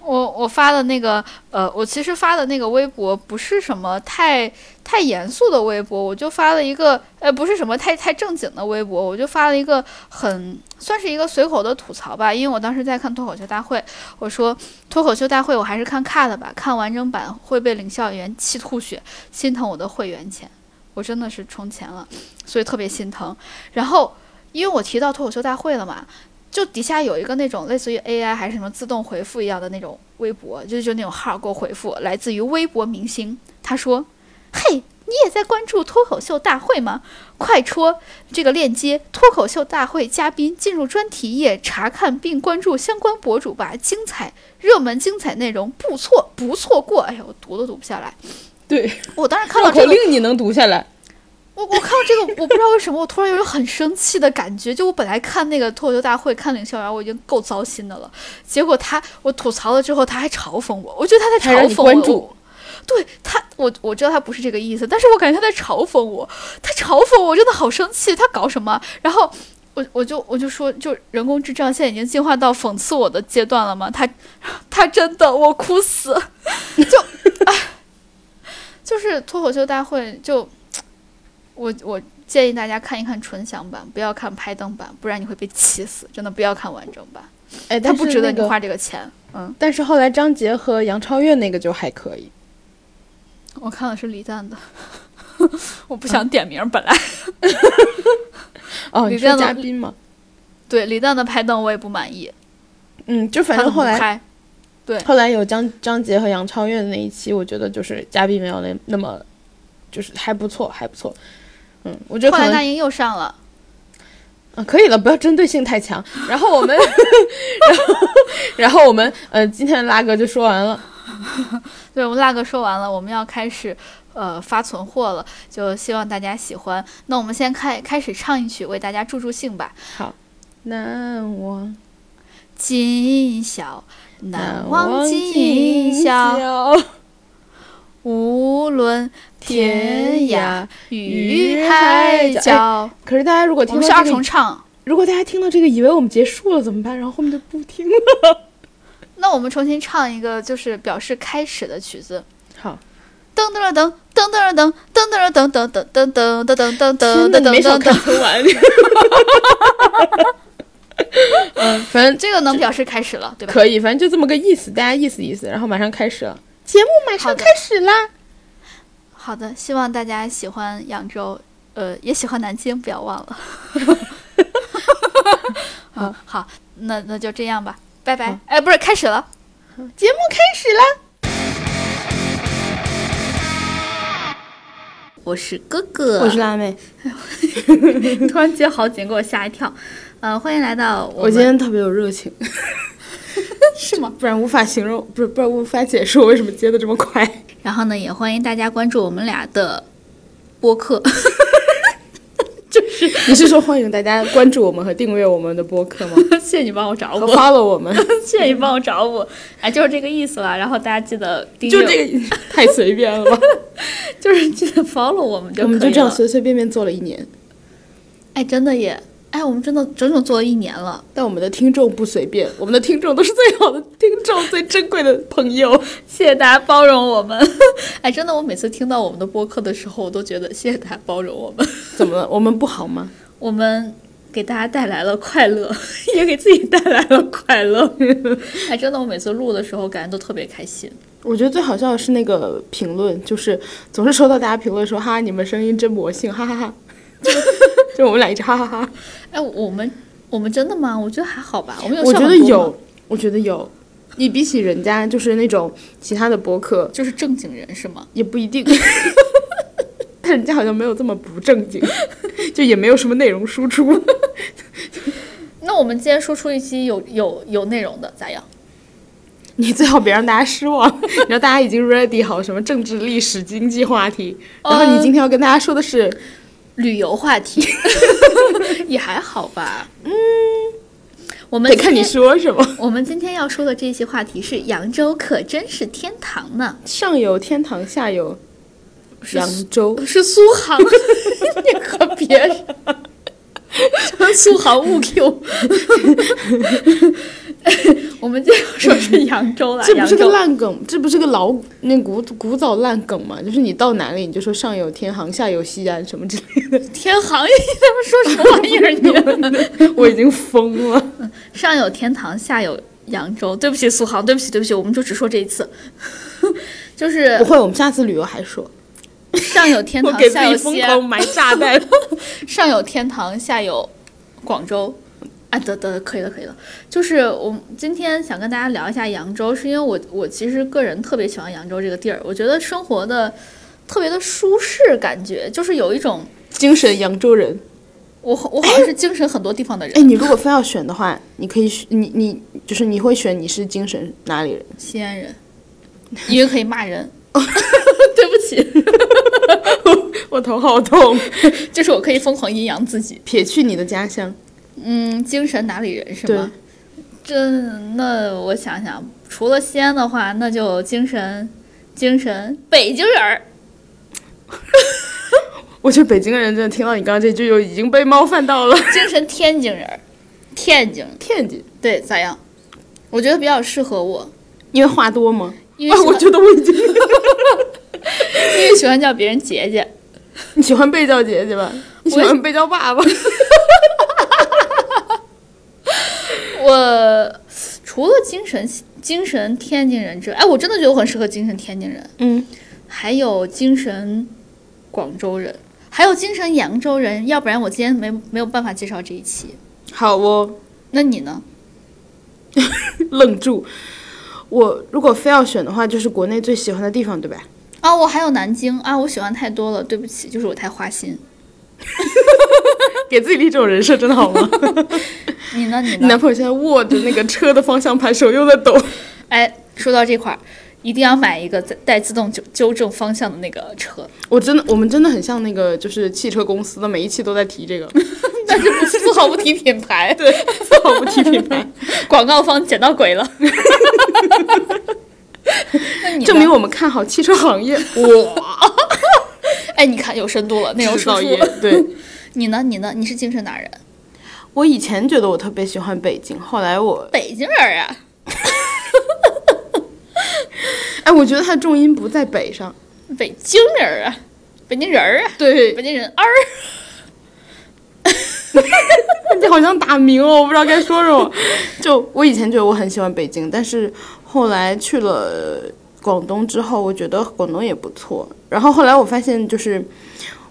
Speaker 1: 我我发的那个呃，我其实发的那个微博不是什么太太严肃的微博，我就发了一个呃，不是什么太太正经的微博，我就发了一个很算是一个随口的吐槽吧，因为我当时在看脱口秀大会，我说脱口秀大会我还是看 cut 吧，看完整版会被领笑员气吐血，心疼我的会员钱，我真的是充钱了，所以特别心疼。然后因为我提到脱口秀大会了嘛，就底下有一个那种类似于 AI 还是什么自动回复一样的那种微博，就是就那种号给我回复，来自于微博明星，他说：“嘿，你也在关注脱口秀大会吗？快戳这个链接，脱口秀大会嘉宾进入专题页查看并关注相关博主吧，精彩热门精彩内容不错不错过。”哎呀，我读都读不下来。
Speaker 3: 对，
Speaker 1: 我当时看
Speaker 3: 绕
Speaker 1: 到
Speaker 3: 口
Speaker 1: 这个，
Speaker 3: 令你能读下来？
Speaker 1: 我我看到这个，我不知道为什么，我突然有种很生气的感觉。就我本来看那个脱口秀大会，看领笑员，我已经够糟心的了，结果他我吐槽了之后，他还嘲讽我，我觉得他在
Speaker 3: 还让
Speaker 1: 嘲
Speaker 3: 你
Speaker 1: 讽我。
Speaker 3: 关注
Speaker 1: 我对他，我我知道他不是这个意思，但是我感觉他在嘲讽我，他嘲讽我真的好生气，他搞什么？然后我我就我就说，就人工智障现在已经进化到讽刺我的阶段了吗？他他真的，我哭死， 就唉就是脱口秀大会就。我我建议大家看一看纯享版，不要看拍灯版，不然你会被气死。真的不要看完整版，
Speaker 3: 哎，
Speaker 1: 它
Speaker 3: 但
Speaker 1: 不
Speaker 3: 是
Speaker 1: 值得
Speaker 3: 那
Speaker 1: 你
Speaker 3: 个
Speaker 1: 花这个钱。嗯，
Speaker 3: 但是后来张杰和杨超越那个就还可以。
Speaker 1: 我看的是李诞的， 我不想点名儿，本来、
Speaker 3: 嗯哦，
Speaker 1: 李
Speaker 3: 你说
Speaker 1: 诞的
Speaker 3: 嘉宾嘛，
Speaker 1: 对李诞的拍灯我也不满意，
Speaker 3: 嗯，就反
Speaker 1: 他
Speaker 3: 正
Speaker 1: 怎么
Speaker 3: 后
Speaker 1: 不
Speaker 3: 来
Speaker 1: 拍？
Speaker 3: 后来有张张杰和杨超越的那一期，我觉得就是嘉宾没有那那么，就是还不错，还不错。嗯，我觉得
Speaker 1: 后
Speaker 3: 可
Speaker 1: 来
Speaker 3: 能
Speaker 1: 那英又上了，
Speaker 3: 嗯，可以了，不要针对性太强。然后我们， 然后然后我们，呃，今天的拉格就说完了。
Speaker 1: 对我们那个说完了，我们要开始呃发存货了，就希望大家喜欢。那我们先开开始唱一曲，为大家助助兴吧。
Speaker 3: 难忘，
Speaker 1: 今宵难忘今宵，
Speaker 3: 宵，
Speaker 1: 无论天涯。与
Speaker 3: 与
Speaker 1: 海
Speaker 3: 海
Speaker 1: 角。
Speaker 3: 可是大家如果
Speaker 1: 哎我
Speaker 3: 听
Speaker 1: 们
Speaker 3: 到
Speaker 1: 是二
Speaker 3: 这
Speaker 1: 重
Speaker 3: 个，
Speaker 1: 唱，
Speaker 3: 如果大家听到这个以为我们结束了怎么办？然后后面就不听了。
Speaker 1: 那我们重新唱一个，就是表示开始的曲子。
Speaker 3: 好，
Speaker 1: 噔噔噔噔噔噔噔噔噔噔噔噔噔噔噔噔噔
Speaker 3: 真的
Speaker 1: 噔
Speaker 3: 你没少
Speaker 1: 噔
Speaker 3: 看
Speaker 1: 噔。
Speaker 3: 春晚。 嗯，反正
Speaker 1: 这个能表示开始了，对吧？
Speaker 3: 可以，反正就这么个意思，大家意思意思。然后马上开始了，节目马
Speaker 1: 好
Speaker 3: 上开
Speaker 1: 的
Speaker 3: 始啦。
Speaker 1: 好的，希望大家喜欢扬州，呃，也喜欢南京，不要忘了。嗯，好，那那就这样吧，拜拜
Speaker 3: 好。
Speaker 1: 哎，不是，开始了。
Speaker 3: 节目开始啦。
Speaker 1: 我是哥哥，
Speaker 3: 嗯
Speaker 2: 我是辣妹，
Speaker 1: 突然接好紧，给我吓一跳。呃，欢迎来到我
Speaker 2: 我今天特别有热情，
Speaker 1: 是吗？
Speaker 2: 不然无法形容，不是不然无法解释我为什么接的这么快。
Speaker 1: 然后呢，也欢迎大家关注我们俩的播客。
Speaker 2: 你是说欢迎大家关注我们和订阅我们的播 客吗？
Speaker 1: 谢谢你帮我找
Speaker 2: 和
Speaker 1: 我，
Speaker 2: follow 我们，
Speaker 1: 谢谢你帮我找我，哎，就是这个意思啦。然后大家记得订阅，
Speaker 2: 就这个 太随便了吧？
Speaker 1: 就是 记得 follow 我们就
Speaker 2: 我
Speaker 1: 可以
Speaker 2: 们
Speaker 1: 了。
Speaker 2: 就这样随随便便做了一年，
Speaker 1: 哎，真的耶，哎，我们真的整整做了一年了。
Speaker 2: 但我们的听众不随便，我们的听众都是最好的听众，最珍贵的朋友。
Speaker 1: 谢谢大家包容我们。 哎，真的，我每次听到我们的播客的时候，我都觉得谢谢大家包容我们。
Speaker 2: 怎么了？我们不好吗？
Speaker 1: 我们给大家带来了快乐， 也给自己带来了快乐。 哎，真的，我每次录的时候，感觉都特别开心。
Speaker 2: 我觉得最好笑的是那个评论，就是总是收到大家评论说哈，你们声音真魔性，哈哈哈。 就我们俩一直哈哈哈。
Speaker 1: 哎，我们我们真的吗？我觉得还好吧，我们有
Speaker 2: 我
Speaker 1: 上
Speaker 2: 觉
Speaker 1: 很
Speaker 2: 得
Speaker 1: 多吗
Speaker 2: 有，我觉得有。你比起人家就是那种其他的播客，
Speaker 1: 就是正经人是吗？
Speaker 2: 也不一 定。但人家好像没有这么不正经， 就也没有什么内容输出。
Speaker 1: 那我们今天说出一期有有有内容的，咋样？
Speaker 2: 你最好别让大家失望。你知道大家已经 ready 好什么政治、历史、经济话题，然后你
Speaker 1: 嗯
Speaker 2: 今天要跟大家说的是，
Speaker 1: 旅游话 题 也还好吧。嗯，我们
Speaker 2: 得
Speaker 1: 今
Speaker 2: 看你
Speaker 1: 天
Speaker 2: 说什么。
Speaker 1: 我们今天要说的这期话题是扬州可真是天堂呢，
Speaker 2: 上有天堂，下有
Speaker 1: 是
Speaker 2: 扬州。
Speaker 1: 是苏杭， 你可别 说苏杭勿 Q。我们就说是扬州啦，
Speaker 2: 这不
Speaker 1: 扬
Speaker 2: 是个
Speaker 1: 州。
Speaker 2: 烂梗，这不是个老那古古早烂梗嘛？就是你到哪里你就说上有天堂，下有西安什么之类的，
Speaker 1: 天行，你他妈说什么玩意儿？你
Speaker 2: 我已经疯了。
Speaker 1: 上有天堂，下有扬州。对不起，苏杭，对不起，对不起，我们就只说这一次。 就是
Speaker 2: 不会，我们下次旅游还说。
Speaker 1: 上有呃天
Speaker 3: 我
Speaker 1: 堂
Speaker 3: 给，自
Speaker 1: 下有
Speaker 3: 己
Speaker 1: 西
Speaker 3: 疯
Speaker 1: 安
Speaker 3: 狂。埋炸弹。
Speaker 1: 上有天堂，下有广州。啊，得得，可以了，可以了。就是我今天想跟大家聊一下扬州，是因为我我其实个人特别喜欢扬州这个地儿，我觉得生活的特别的舒适感觉，就是有一种
Speaker 2: 精神扬州人，
Speaker 1: 我我好像是精神很多地方的人。
Speaker 2: 哎，你如果非要选的话，你可以选你你就是你会选你是精神哪里人？
Speaker 1: 西安 人，因为可以骂人。 对不起，
Speaker 2: 我头好痛。
Speaker 1: 就是我可以疯狂阴阳自己。
Speaker 2: 撇去你的家乡，
Speaker 1: 嗯，精神哪里人是
Speaker 2: 对
Speaker 1: 吗？这那我想想，除了西安的话，那就精神精神北京人 儿。
Speaker 2: 我觉得北京人真的听到你刚刚这句就已经被冒犯到了。
Speaker 1: 精神天津人儿，天津
Speaker 2: 天津，
Speaker 1: 对咋样？我觉得比较适合我，
Speaker 2: 因为话多吗？
Speaker 1: 因为
Speaker 2: 啊
Speaker 1: 喜
Speaker 2: 我
Speaker 1: 欢、
Speaker 2: 觉得我已经
Speaker 1: 因为喜欢叫别人姐姐。
Speaker 2: 你喜欢被叫姐姐吧？你喜欢被叫爸爸？
Speaker 1: 我除了精神精神天津人之外，哎，我真的觉得我很适合精神天津人，
Speaker 2: 嗯，
Speaker 1: 还有精神广州人，还有精神扬州人，要不然我今天没没有办法介绍这一期。
Speaker 2: 好哦，
Speaker 1: 那你呢？
Speaker 2: 愣住。我如果非要选的话，就是国内最喜欢的地方，对吧？
Speaker 1: 啊，我还有南京啊，我喜欢太多了，对不起，就是我太花 心。
Speaker 2: 给自己立这种人设真的好吗？
Speaker 1: 你呢？你
Speaker 2: 你
Speaker 1: 呢
Speaker 2: 男？朋友现在握着那个车的方向盘，手又在 抖。
Speaker 1: 哎，说到这块儿，一定要买一个带带自动纠纠正方向的那个 车，
Speaker 2: 我真的，我们真的很像那个，就是汽车公司的，每一期都在提这个，
Speaker 1: 但是不丝毫不提品牌，对，
Speaker 2: 丝毫不提品牌，
Speaker 1: 广告方捡到鬼了。那你呢
Speaker 2: 证明我们看好汽车行 业。哇，
Speaker 1: 哎，你看有深度了，内容
Speaker 2: 制
Speaker 1: 输
Speaker 2: 造业
Speaker 1: 出。
Speaker 2: 对。
Speaker 1: 你呢？你呢？你是精神哪儿人？
Speaker 2: 我以前觉得我特别喜欢北京，后来我，
Speaker 1: 北京人儿啊。
Speaker 2: 哎，我觉得它重音不在北上。
Speaker 1: 北京人儿啊，北京人儿啊，
Speaker 2: 对，
Speaker 1: 北京人儿。
Speaker 2: 你好像打鸣哦，我不知道该说什么。 就我以前觉得我很喜欢北京，但是后来去了广东之后，我觉得广东也不错。然后后来我发现，就是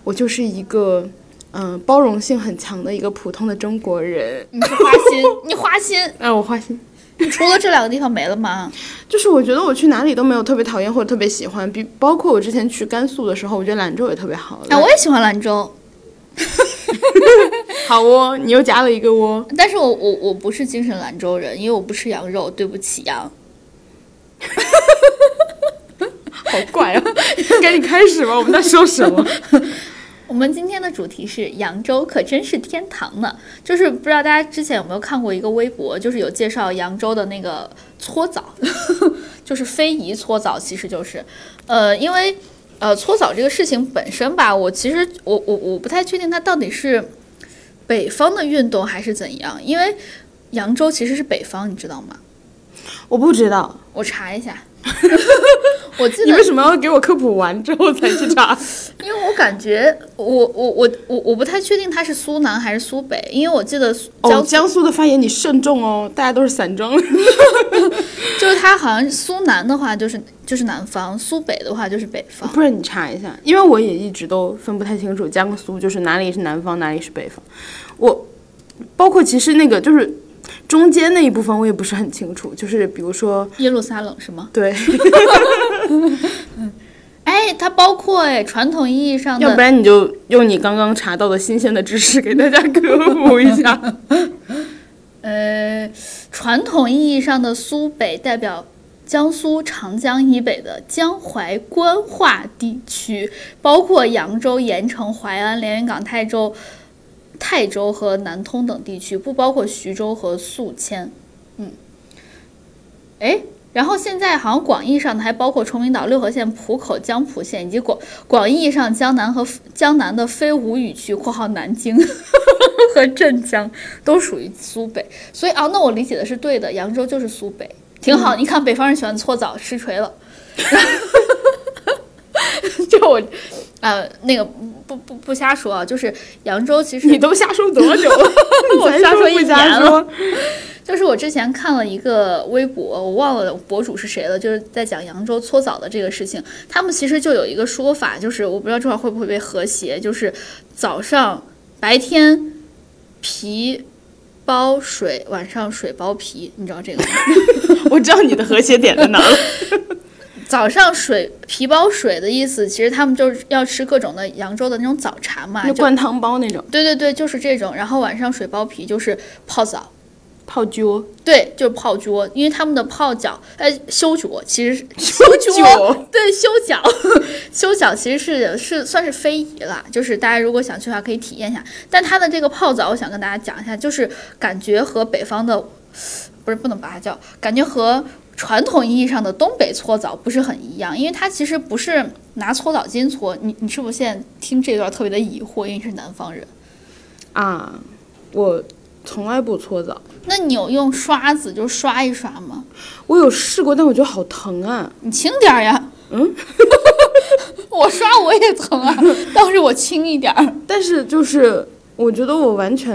Speaker 2: 我就是一个嗯、呃包容性很强的一个普通的中国人。
Speaker 1: 你是花心， 你花心。
Speaker 2: 哎，我花心，
Speaker 1: 你除了这两个地方没了吗？
Speaker 2: 就是我觉得我去哪里都没有特别讨厌或者特别喜欢，比包括我之前去甘肃的时候，我觉得兰州也特别好。
Speaker 1: 哎，我也喜欢兰州，
Speaker 2: 好哦，你又加了一个哦。
Speaker 1: 但是我我我不是精神兰州人，因为我不吃羊肉，对不起啊羊。
Speaker 2: 好怪啊！ 赶紧开始吧，我们在说什么？
Speaker 1: 我们今天的主题是扬州，可真是天堂呢。就是不知道大家之前有没有看过一个微博，就是有介绍扬州的那个搓澡， 就是非遗搓澡，其实就是，呃，因为呃搓澡这个事情本身吧，我其实我我我不太确定它到底是北方的运动还是怎样，因为扬州其实是北方，你知道吗？
Speaker 2: 我不知道，
Speaker 1: 我查一下， 我记
Speaker 2: 你
Speaker 1: 得
Speaker 2: 为什么要给我科普完之后才去查？
Speaker 1: 因为我感觉我我我我我不太确定他是苏南还是苏北，因为我记得苏
Speaker 2: 哦，
Speaker 1: 江、
Speaker 2: 江苏的发言你慎重哦，大家都是散 装。
Speaker 1: 就是他好像苏南的话就是就是南方，苏北的话就是北方。
Speaker 2: 不是你查一下，因为我也一直都分不太清楚江苏就是哪里是南方，哪里是北方。我包括其实那个就是中间那一部分我也不是很清楚，就是比如说
Speaker 1: 耶路撒冷是吗？
Speaker 2: 对，
Speaker 1: 哎，它包括哎传统意义上
Speaker 2: 要不
Speaker 1: 的
Speaker 2: 然你就用你刚刚查到的新鲜的知识给大家科普一下。
Speaker 1: 呃传统意义上的苏北代表。江苏长江以北的江淮官话地区，包括扬州、盐城、淮安、连云港、泰州、泰州和南通等地区，不包括徐州和宿迁。嗯，哎，然后现在好像广义上的还包括崇明岛、六合县、浦口、江浦县以及广广义上江南和江南的非吴语区（ 括号南京和镇江）都属于苏北。所以啊，那我理解的是对的，扬州就是苏北，挺好。你看北方人喜欢搓澡，实锤了。 就我，呃，那个不不不瞎说啊，就是扬州其实
Speaker 2: 你都瞎说多久 了？
Speaker 1: 我
Speaker 2: 咱
Speaker 1: 瞎
Speaker 2: 说
Speaker 1: 一
Speaker 2: 不
Speaker 1: 年
Speaker 2: 瞎
Speaker 1: 了。
Speaker 2: 说？
Speaker 1: 就是我之前看了一个微博，我忘了博主是谁了，就是在讲扬州搓澡的这个事情。他们其实就有一个说法，就是我不知道这块会不会被和谐，就是早上白天皮包水，晚上水包皮，你知道这个吗？
Speaker 2: 我知道你的和谐点在哪儿了。
Speaker 1: 早上水皮包水的意思，其实他们就是要吃各种的扬州的那种早茶嘛，
Speaker 2: 那
Speaker 1: 就
Speaker 2: 灌汤包那种
Speaker 1: 对对对，就是这种。然后晚上水包皮就是泡澡。
Speaker 2: 泡脚，
Speaker 1: 对，就是泡脚，因为他们的泡脚，呃，修脚其实是
Speaker 2: 修
Speaker 1: 脚， 对，修脚，修脚其实是是算是非遗啦，就是大家如果想去的话可以体验一下。但它的这个泡澡，我想跟大家讲一下，就是感觉和北方的，不是不能把它叫，感觉和传统意义上的东北搓澡不是很一样，因为它其实不是拿搓澡巾搓。你你是不是现在听这段特别的疑惑，因为你是南方人？
Speaker 2: 啊，我从来不搓澡，
Speaker 1: 那你有用刷子就刷一刷吗？
Speaker 2: 我有试过，但我觉得好疼啊！
Speaker 1: 你轻点儿呀。嗯， 我刷我也疼啊，倒是我轻一点儿。
Speaker 2: 但是就是我觉得我完全，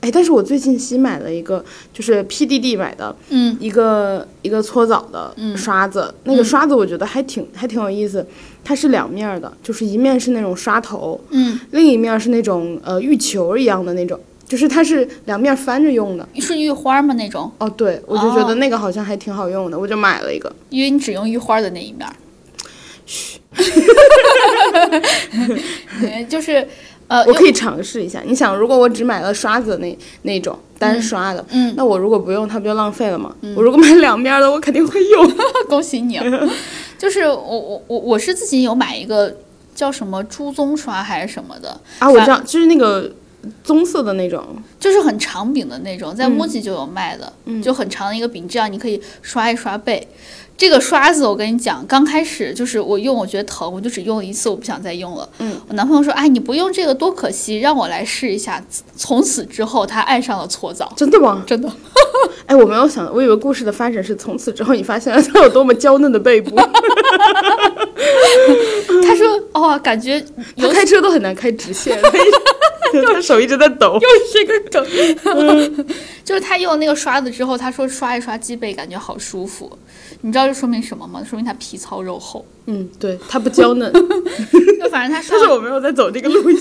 Speaker 2: 哎，但是我最近新买了一个，就是 PDD 买的
Speaker 1: 嗯，
Speaker 2: 一个一个搓澡的刷子，那个刷子我觉得还挺还挺有意思，它是两面儿的，就是一面是那种刷头，
Speaker 1: 嗯，
Speaker 2: 另一面是那种呃浴球一样的那种，就是它是两面翻着用的。
Speaker 1: 是浴花吗？那种，
Speaker 2: 哦，对，我就觉
Speaker 1: 哦
Speaker 2: 得那个好像还挺好用的，我就买了一个。
Speaker 1: 因为你只用浴花的那一面儿。 嘘，就是， 呃，
Speaker 2: 我
Speaker 1: 用
Speaker 2: 可以尝试一下。你想，如果我只买了刷子那那种单刷的，
Speaker 1: 嗯
Speaker 2: 那我如果不用，它不就浪费了吗？我如果买两边的，我肯定会用。
Speaker 1: 恭喜你啊，就是我我我我是自己有买一个叫什么猪鬃刷还是什么的，
Speaker 2: 啊，我知道，就是那个棕色的那种，
Speaker 1: 就是很长柄的那种，在 MUJI 就有卖的，就很长的一个柄，这样你可以刷一刷背。这个刷子我跟你讲，刚开始就是我用，我觉得疼，我就只用了一次，我不想再用了。
Speaker 2: 嗯，
Speaker 1: 我男朋友说：“哎，你不用这个多可惜，让我来试一下。”从此之后，他爱上了搓澡，
Speaker 2: 真的吗？
Speaker 1: 真的。
Speaker 2: 哎，我没有想，我以为故事的发展是从此之后，你发现了它有多么娇嫩的背 部，
Speaker 1: 他说：“哦，感觉
Speaker 2: 他
Speaker 1: 有
Speaker 2: 开车都很难开直 线，他手一直在抖。
Speaker 1: 这个梗。就是他用那个刷子之后，他说刷一刷脊背感觉好舒服。你知道这说明什么吗？说明他皮糙肉厚。
Speaker 2: 嗯，对，它不娇嫩，
Speaker 1: 就反正他刷 完
Speaker 2: 但是我没有在走这个路线。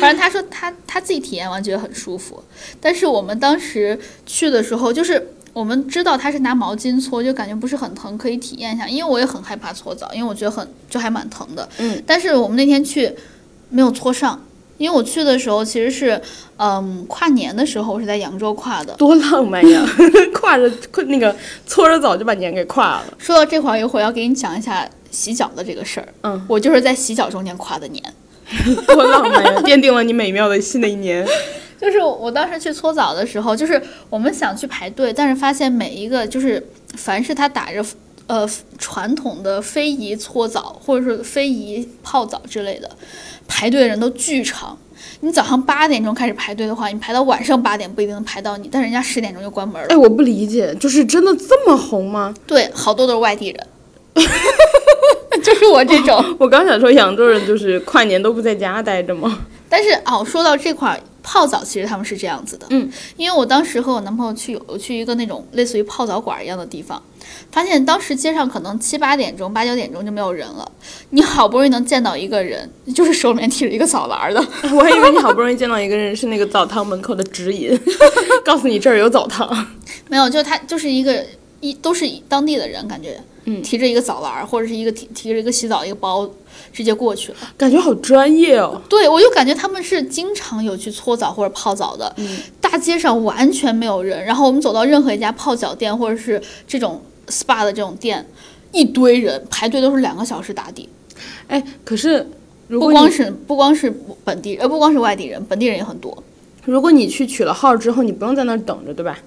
Speaker 1: 反正他说他他自己体验完觉得很舒服，但是我们当时去的时候，就是我们知道他是拿毛巾搓，就感觉不是很疼，可以体验一下。因为我也很害怕搓澡，因为我觉得很就还蛮疼的。
Speaker 2: 嗯，
Speaker 1: 但是我们那天去没有搓上，因为我去的时候其实是嗯跨年的时候，我是在扬州跨的。
Speaker 2: 多浪漫呀！ 挎着挎那个搓着澡就把年给挎了。
Speaker 1: 说到这块儿，一会儿要给你讲一下洗脚的这个事儿。
Speaker 2: 嗯，
Speaker 1: 我就是在洗脚中间跨的年。
Speaker 2: 多浪漫呀！奠定了你美妙的新的一年。
Speaker 1: 就是我当时去搓澡的时候，就是我们想去排队，但是发现每一个就是凡是他打着呃传统的非遗搓澡或者是非遗泡澡之类的，排队的人都巨长。你早上八点钟开始排队的话，你排到晚上八点不一定能排到你，但人家十点钟就关门了。
Speaker 2: 哎，我不理解，就是真的这么红吗？
Speaker 1: 对，好多都是外地人， 就是我这种。
Speaker 2: 我刚想说扬州人就是跨年都不在家待着 吗？
Speaker 1: 但是哦，说到这块儿泡澡，其实他们是这样子的，
Speaker 2: 嗯，
Speaker 1: 因为我当时和我男朋友去有去一个那种类似于泡澡馆儿一样的地方，发现当时街上可能七八点钟、八九点钟就没有人了，你好不容易能见到一个人，就是手里面提着一个澡篮儿的，
Speaker 2: 哎我还以为你好不容易见到一个人是那个澡堂门口的指引， 告诉你这儿有澡堂。
Speaker 1: 没有，就他就是一个一都是当地的人，感觉，
Speaker 2: 嗯
Speaker 1: 提着一个澡篮儿或者是一个提提着一个洗澡一个包，直接过去了。
Speaker 2: 感觉好专业哦。
Speaker 1: 对，我就感觉他们是经常有去搓澡或者泡澡的，
Speaker 2: 嗯
Speaker 1: 大街上完全没有人。然后我们走到任何一家泡脚店或者是这种 SPA 的这种店，一堆人排队都是两个小时打底。
Speaker 2: 哎，可是如
Speaker 1: 不
Speaker 2: 果
Speaker 1: 光
Speaker 2: 你
Speaker 1: 是不光是本地呃不光是外地人，本地人也很多。
Speaker 2: 如果你去取了号之后，你不用在那儿等着，对吧？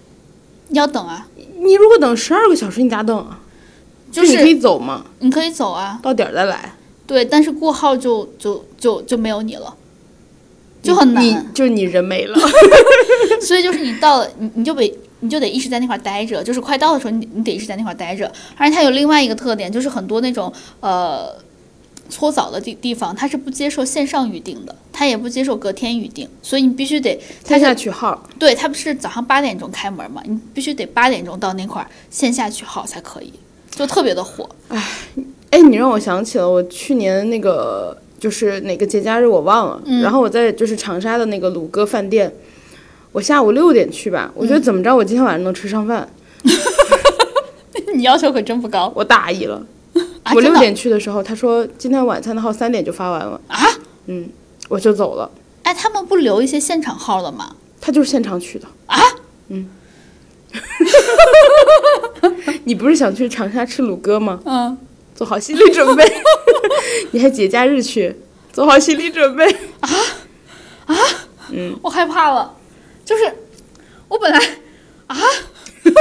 Speaker 1: 你要等啊，
Speaker 2: 你如果等十二个小时，你咋等啊？
Speaker 1: 就
Speaker 2: 你可
Speaker 1: 是
Speaker 2: 以走嘛，
Speaker 1: 你可以走啊，
Speaker 2: 到点儿再来。
Speaker 1: 对，但是过号就就就就没有你了，就很
Speaker 2: 你
Speaker 1: 难。
Speaker 2: 就是你人 没了，
Speaker 1: 所以就是你到了，你你就得你就得一直在那块儿待着，就是快到的时候你你得一直在那块儿待着。而且它有另外一个特点，就是很多那种呃搓澡的地地方，它是不接受线上预定的，它也不接受隔天预定，所以你必须得它
Speaker 2: 线
Speaker 1: 是
Speaker 2: 下取号。
Speaker 1: 对，它不是早上八点钟开门嘛，你必须得八点钟到那块儿线下取号才可以，就特别的火。
Speaker 2: 哎，你让我想起了我去年那个就是哪个节假日我忘了，
Speaker 1: 嗯
Speaker 2: 然后我在就是长沙的那个鲁哥饭店，我下午六点去吧，
Speaker 1: 嗯
Speaker 2: 我觉得怎么着我今天晚上能吃上饭，
Speaker 1: 你要求可真不高
Speaker 2: 我大意了。
Speaker 1: 啊！
Speaker 2: 我
Speaker 1: 真
Speaker 2: 六
Speaker 1: 的
Speaker 2: 点去的时候，他说今天晚餐的号三点就发完了
Speaker 1: 啊，
Speaker 2: 嗯，我就走了。
Speaker 1: 哎，他们不留一些现场号了吗？
Speaker 2: 他就是现场去的啊，嗯， 你不是想去长沙吃鲁哥吗？
Speaker 1: 嗯，
Speaker 2: 做好心理准备， 你还节假日去，做好心理准备。
Speaker 1: 我害怕了，就是我本来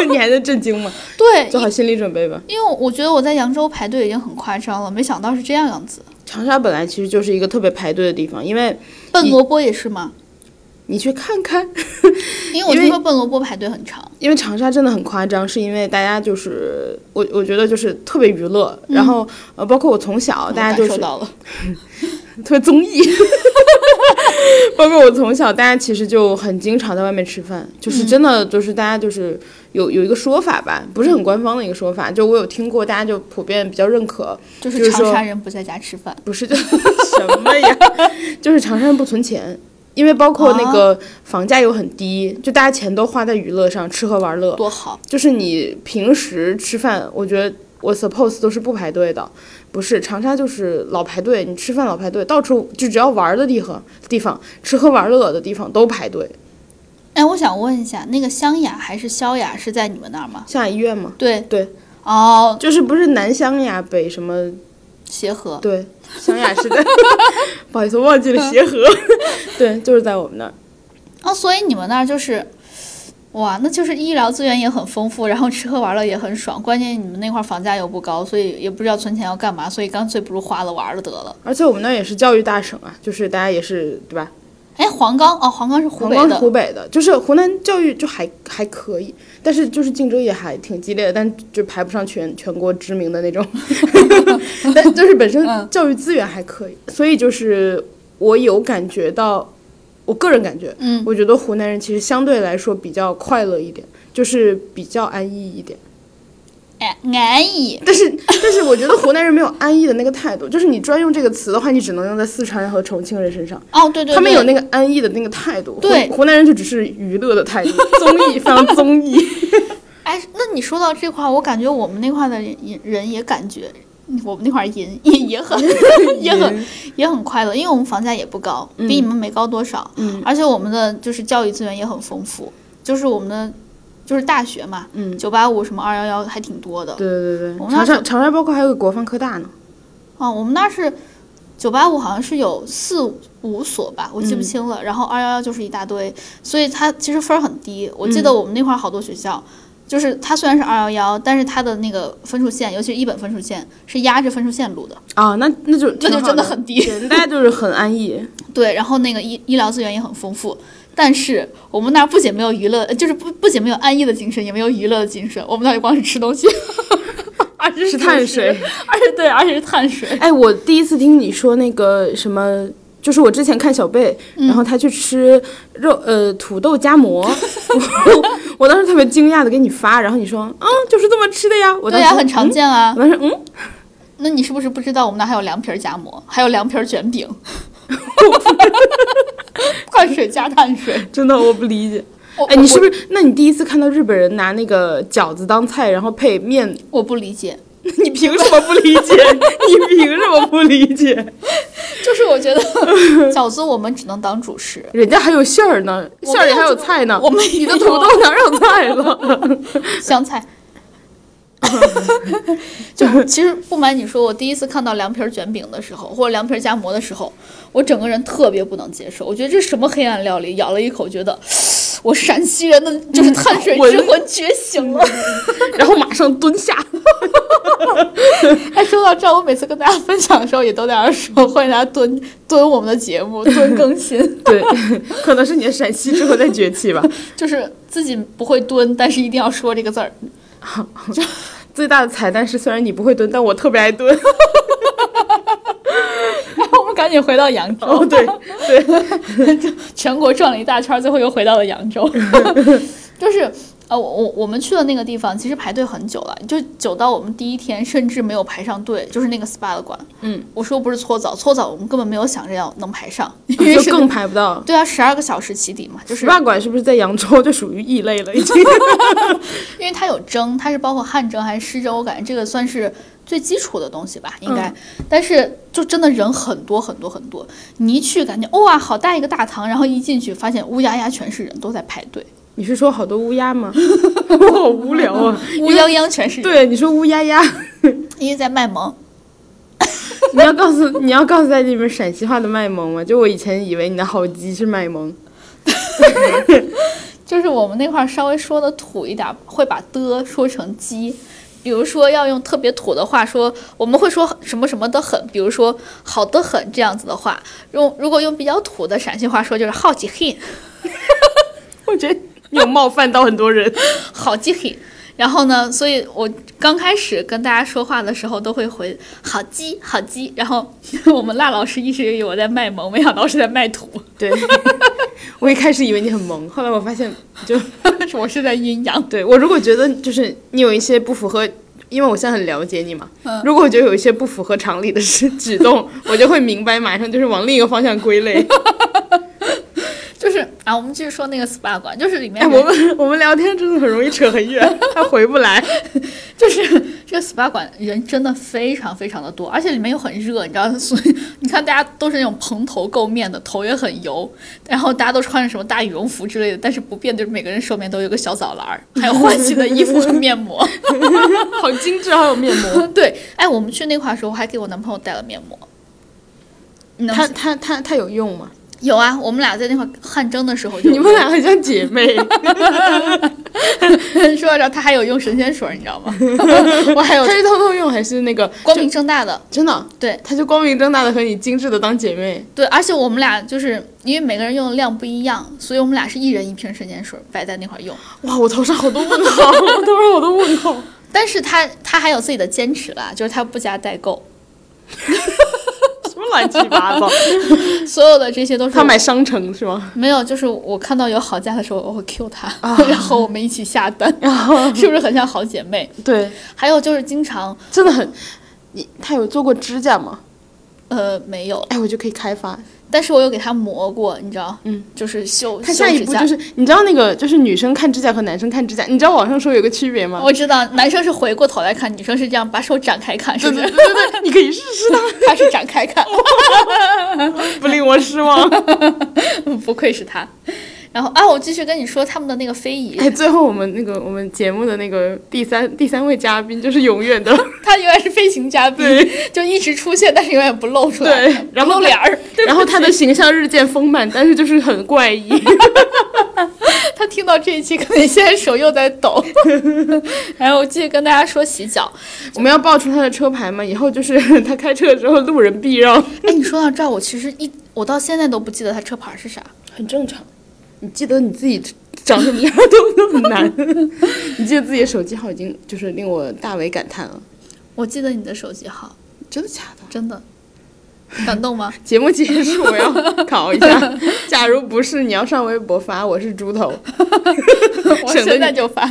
Speaker 2: 你还在震惊吗？
Speaker 1: 对，
Speaker 2: 做好心理准备吧。
Speaker 1: 因为我觉得我在扬州排队已经很夸张了，没想到是这样样子。
Speaker 2: 长沙本来其实就是一个特别排队的地方，因为
Speaker 1: 笨萝卜也是吗？
Speaker 2: 你去看看，
Speaker 1: 因为我
Speaker 2: 因为
Speaker 1: 听说笨萝卜排队很长。
Speaker 2: 因为长沙真的很夸张，是因为大家就是我我觉得就是特别娱乐，然后呃包括我从小大家
Speaker 1: 我
Speaker 2: 就
Speaker 1: 感
Speaker 2: 是
Speaker 1: 受到了，
Speaker 2: 特别综艺。 包括我从小，大家其实就很经常在外面吃饭，就是真的就是大家就是有有一个说法吧，不是很官方的一个说法，就我有听过，大家就普遍比较认可，
Speaker 1: 就
Speaker 2: 就是是
Speaker 1: 长
Speaker 2: 说
Speaker 1: 沙人不在家吃饭。
Speaker 2: 不是就 什么呀， 就是长沙人不存钱。因为包括那个房价又很低，就大家钱都花在娱乐上，吃喝玩乐。
Speaker 1: 多好，
Speaker 2: 就是你平时吃饭，我觉得我 suppose 都是不排队的，不是长沙就是老排队，你吃饭老排队，到处就只要玩儿的地方地方，吃喝玩乐的地方都排队。
Speaker 1: 哎，我想问一下，那个湘雅还是萧雅是在你们那儿吗？
Speaker 2: 下医院嘛，
Speaker 1: 对
Speaker 2: 对，
Speaker 1: 哦，
Speaker 2: 就是不是南湘雅北什么
Speaker 1: 协和
Speaker 2: 对，湘雅是在， 不好意思，我忘记了协和，对，就是在我们那儿。
Speaker 1: 哦，所以你们那儿就是，哇，那就是医疗资源也很丰富，然后吃喝玩乐也很爽，关键你们那块儿房价又不高，所以也不知道存钱要干嘛，所以干脆不如花了玩了得了。
Speaker 2: 而且我们那儿也是教育大省啊，就是大家也是对吧？
Speaker 1: 哎，黄冈哦，黄冈是湖
Speaker 2: 黄
Speaker 1: 北
Speaker 2: 冈是
Speaker 1: 的，
Speaker 2: 湖北的，就是湖南教育就还还可以，但是就是竞争也还挺激烈的，但就排不上全全国知名的 那种。 但就是本身
Speaker 1: 嗯
Speaker 2: 教育资源还可以，所以就是我有感觉到，我个人感觉，
Speaker 1: 嗯，
Speaker 2: 我觉得湖南人其实相对来说比较快乐一点，就是比较安逸一点。
Speaker 1: 哎，安逸。
Speaker 2: 但是但是我觉得湖南人没有安逸的那个态度，就是你专用这个词的话，你只能用在四川和重庆人身上。
Speaker 1: 哦，对对对，
Speaker 2: 他们有那个安逸的那个态度，
Speaker 1: 对
Speaker 2: 湖湖南人就只是娱乐的态 度，综艺非常综艺。
Speaker 1: 哎，那你说到这块儿，我感觉我们那块儿的人也人也感觉，嗯我们那块儿人也也很也很也很快乐，因为我们房价也不高，比你们没高多少，
Speaker 2: 嗯
Speaker 1: 而且我们的就是教育资源也很丰富，就是我们的就是大学嘛，
Speaker 2: 嗯，
Speaker 1: 九八五什么二幺幺还挺多的。
Speaker 2: 对对对
Speaker 1: 我
Speaker 2: 对，
Speaker 1: 们那
Speaker 2: 长沙长沙包括还有个国防科大呢，
Speaker 1: 啊，我们那儿是九八五好像是有四五所吧，我
Speaker 2: 嗯
Speaker 1: 记不清了。然后二幺幺就是一大堆，所以它其实分儿很低。我记得
Speaker 2: 嗯
Speaker 1: 我们那块儿好多学校，就是它虽然是二幺幺，但是它的那个分数线，尤其是一本分数线是压着分数线录的。
Speaker 2: 啊，那那就
Speaker 1: 那就
Speaker 2: 挺好
Speaker 1: 真的很 低
Speaker 2: 对大家就是很安逸，
Speaker 1: 对，然后那个医医疗资源也很丰富。但是我们那儿不仅没有娱乐，呃就是不不仅没有安逸的精神，也没有娱乐的精神。我们那里光是吃东西， 而且
Speaker 2: 是碳水。
Speaker 1: 而且对，而且是碳水。
Speaker 2: 哎，我第一次听你说那个什么。就是我之前看小贝，
Speaker 1: 嗯
Speaker 2: 然后他去吃肉呃土豆 夹馍，我我当时特别惊讶的给你发，然后你说嗯就是这么吃的呀，我
Speaker 1: 对
Speaker 2: 当时
Speaker 1: 呀、很常见啊。
Speaker 2: 我当时嗯
Speaker 1: 那你是不是不知道我们那还有凉皮儿夹馍，还有凉皮儿卷饼？ 碳水加碳水，
Speaker 2: 真的我不理解，
Speaker 1: 我
Speaker 2: 哎，你是
Speaker 1: 我
Speaker 2: 不是？那你第一次看到日本人拿那个饺子当菜，然后配面，
Speaker 1: 我不理解，
Speaker 2: 你凭什么不理解？你凭什么不理解？
Speaker 1: 就是我觉得饺子我们只能当主食，
Speaker 2: 人家还有馅儿呢，
Speaker 1: 我
Speaker 2: 馅儿里
Speaker 1: 没有
Speaker 2: 还有
Speaker 1: 这么
Speaker 2: 菜呢。
Speaker 1: 我没
Speaker 2: 嗯你的
Speaker 1: 有
Speaker 2: 土豆哪有菜了？
Speaker 1: 香菜。就其实不瞒你说，我第一次看到凉皮儿卷饼的时候，或者凉皮儿夹馍的时候，我整个人特别不能接受。我觉得这什么黑暗料理，咬了一口觉得 我陕西人的就是碳水之魂觉醒了。
Speaker 2: 然后马上蹲下。
Speaker 1: 哎，说到这儿，我每次跟大家分享的时候，也都在那儿说欢迎大家蹲蹲我们的节目， 蹲更新，
Speaker 2: 对， 可能是你的陕西之后再崛起吧。
Speaker 1: 就是自己不会蹲，但是一定要说这个字儿。
Speaker 2: 最大的彩蛋是，虽然你不会蹲，但我特别爱蹲。
Speaker 1: 哎，我们赶紧回到扬州，
Speaker 2: 哦，对对，
Speaker 1: 全国转了一大圈儿，最后又回到了扬 州，就是。呃，我我我们去的那个地方其实排队很久了，就久到我们第一天甚至没有排上队，就是那个 SPA 的馆。
Speaker 4: 嗯，
Speaker 1: 我说不是搓澡，搓澡我们根本没有想着要能排上， 因为
Speaker 4: 哦就是更排不到。
Speaker 1: 对啊，十二个小时起底嘛， 就是
Speaker 2: SPA 馆是不是在扬州就属于异类了？已经
Speaker 1: 因为它有蒸，它是包括汗蒸还是湿蒸，我感觉这个算是最基础的东西吧，应该。但是就真的人很多很多很多，你一去感觉哇、好大一个大堂，然后一进去发现乌压压全是人，都在排队，
Speaker 2: 你是说好多乌 鸦吗？我好无聊啊。
Speaker 1: 乌泱泱全是人，
Speaker 2: 对，你说乌鸦鸦，
Speaker 1: 因为在卖萌。
Speaker 2: 你要告诉你要告诉在你们陕西话的卖萌吗？就我以前以为你的好鸡是卖萌，
Speaker 1: 就是我们那块儿稍微说的土一点，会把的说成鸡。比如说要用特别土的话说，我们会说什么什么的很，比如说好的很这样子的话。用如果用比较土的陕西话说，就是好几很。
Speaker 2: 我觉得你有冒犯到很多人。
Speaker 1: 好极很。然后呢，所以我刚开始跟大家说话的时候都会回好鸡好鸡，然后 我们辣老师一直以为我在卖萌，没想到是在卖土，
Speaker 2: 对，我一开始以为你很萌，后来我发现就
Speaker 1: 我是在阴阳。
Speaker 2: 对我如果觉得就是你有一些不符合，因为我现在很了解你嘛，如果我觉得有一些不符合常理的事举动， 我就会明白，马上就是往另一个方向归类。
Speaker 1: 就是啊，我们继续说那个 SPA 馆，就是里面
Speaker 2: 哎，
Speaker 1: 人
Speaker 2: 我们我们聊天真的很容易扯很远，还回不来。
Speaker 1: 就是这个 SPA 馆人真的非常非常的多，而且里面又很热，你知道， 所以你看大家都是那种蓬头垢面的，头也很油，然后大家都穿着什么大羽绒服之类的，但是不变就是每个人手里面都有个小澡篮儿，还有换洗的衣服和面膜。
Speaker 2: 好精致，还有面 膜。
Speaker 1: 对，哎，我们去那块儿的时候，我还给我男朋友带了面膜。你能
Speaker 2: 它它它它有用吗？
Speaker 1: 有啊，我们俩在那块儿汗蒸的时候就，
Speaker 2: 你们俩很像姐妹。
Speaker 1: 说到这儿，他还有用神仙水儿，你知道吗？ 我还 有
Speaker 2: 它是偷偷用还是那个
Speaker 1: 光明正大的，
Speaker 2: 真的？
Speaker 1: 对
Speaker 2: 它就光明正大的和你精致的当姐妹。
Speaker 1: 对，而且我们俩就是因为每个人用的量不一样，所以我们俩是一人一瓶神仙水儿摆在那块儿用。
Speaker 2: 哇，我头上好多问号，我头上好多问号。
Speaker 1: 但是他他还有自己的坚持啦，就是他不加代购，
Speaker 2: 什么乱七 八糟？
Speaker 1: 所有的这些都是
Speaker 2: 他买商城是吗？
Speaker 1: 没有，就是我看到有好价的时候，我会 Q 他，
Speaker 2: 啊
Speaker 1: 然后我们一起下 单，是不是很像好姐妹？
Speaker 2: 对，
Speaker 1: 还有就是经常
Speaker 2: 真的很。你他有做过指甲吗？
Speaker 1: 呃没有，
Speaker 2: 哎，我就可以开发。
Speaker 1: 但是我有给他磨过，你知道，
Speaker 2: 嗯，
Speaker 1: 就是修
Speaker 2: 他下
Speaker 1: 修
Speaker 2: 一
Speaker 1: 指
Speaker 2: 步
Speaker 1: 甲
Speaker 2: 就是，你知道那个就是女生看指甲和男生看指甲，你知道网上说有个区别吗？
Speaker 1: 我知道男生是回过头来看，女生是这样把手展开看，是
Speaker 2: 对
Speaker 1: 不
Speaker 2: 对对
Speaker 1: 是？
Speaker 2: 对对，你可以试试的，
Speaker 1: 他是展开看，
Speaker 2: 不令我失望。
Speaker 1: 不愧是他。然后啊，我继续跟你说他们的那个非遗，
Speaker 2: 哎，最后我们那个我们节目的那个第三第三位嘉宾就是永远的，
Speaker 1: 他永远是飞行嘉宾，就一直出现，但是永远不露出来，
Speaker 2: 对然
Speaker 1: 不露
Speaker 2: 后他
Speaker 1: 脸儿。
Speaker 2: 然后他的形象日渐丰满，但是就是很怪 异。
Speaker 1: 他听到这一期，可能现在手又在抖。 然后我继续跟大家说洗脚。
Speaker 2: 我们要报出他的车牌吗？以后就是 他开车的时候路人避让，
Speaker 1: 哎，你说到这儿，我其实一我到现在都不记得他车牌是啥。
Speaker 2: 很正常。你记得你自己长什么样都都很难。 你记得自己的手机号已经就是令我大为感叹了，
Speaker 1: 我记得你的手机号，
Speaker 2: 真的假的？
Speaker 1: 真的感动吗？
Speaker 2: 节目结束，我要考一 下。假如不是，你要上微博发我是猪头。
Speaker 1: 我
Speaker 2: 省得
Speaker 1: 现在
Speaker 2: 你
Speaker 1: 就发。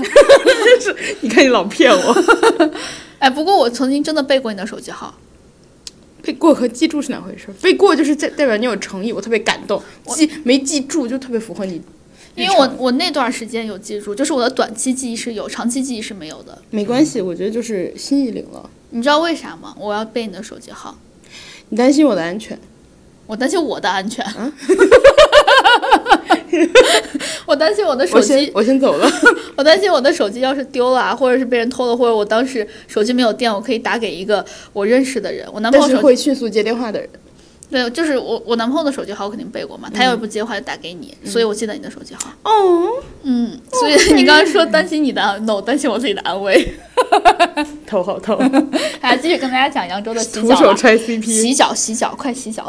Speaker 2: 你看你老骗我。
Speaker 1: 哎，不过我曾经真的背过你的手机号。
Speaker 2: 背过和记住是两回事儿，背过就是代代表你有诚意，我特别感动。记没记住就特别符合你日常。
Speaker 1: 因为我我那段时间有记住，就是我的短期记忆是有，长期记忆是没有的。
Speaker 2: 没关系，我觉得就是心意领了。
Speaker 1: 你知道为啥吗？我要背你的手机号，
Speaker 2: 你担心我的安全，
Speaker 1: 我担心我的安全， 我担心我的手
Speaker 2: 我先
Speaker 1: 机，
Speaker 2: 我先走了。
Speaker 1: 我担心我的手机要是丢了啊，或者是被人偷了，或者我当时手机没有电，我可以打给一个我认识的人。我男朋友
Speaker 2: 但是
Speaker 1: 手机
Speaker 2: 会迅速接电话的人，
Speaker 1: 对，就是我我男朋友的手机号我肯定背过嘛，他要是不接的话就打给你，所以我记得你的手机号。
Speaker 2: 哦，
Speaker 1: 嗯，所以你刚刚说担心你的安，no，担心我自己的安 危。
Speaker 3: 头好痛，
Speaker 1: 来，继续跟大家讲扬州的 洗
Speaker 3: 徒
Speaker 1: 脚
Speaker 3: 手
Speaker 1: 吧。
Speaker 3: 拆 CP。
Speaker 1: 洗脚，洗脚，快洗 脚！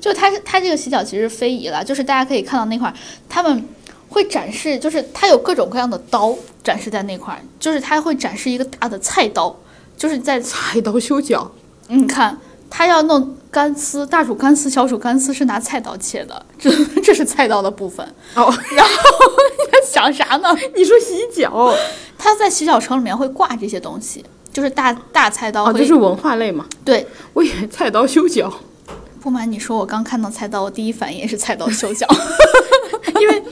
Speaker 1: 就它它这个洗脚其实非遗了，就是大家可以看到那块儿，他们会展示，就是它有各种各样的刀展示在那块儿，就是它会展示一个大的菜刀，就是在嗯
Speaker 2: 菜刀修脚，
Speaker 1: 你看，他要弄干丝，大煮干丝、小煮干丝是拿菜刀切的，这 这是菜刀的部分。
Speaker 2: 哦，
Speaker 1: 然后你在想啥呢？
Speaker 2: 你说洗脚，
Speaker 1: 他在洗脚城里面会挂这些东西，就是大大菜刀
Speaker 2: 哦，
Speaker 1: 会。
Speaker 2: 就是文化类嘛。
Speaker 1: 对，
Speaker 2: 我以为菜刀修脚，
Speaker 1: 不瞒你说，我刚看到菜刀，我第一反应也是菜 刀修脚。
Speaker 2: 因为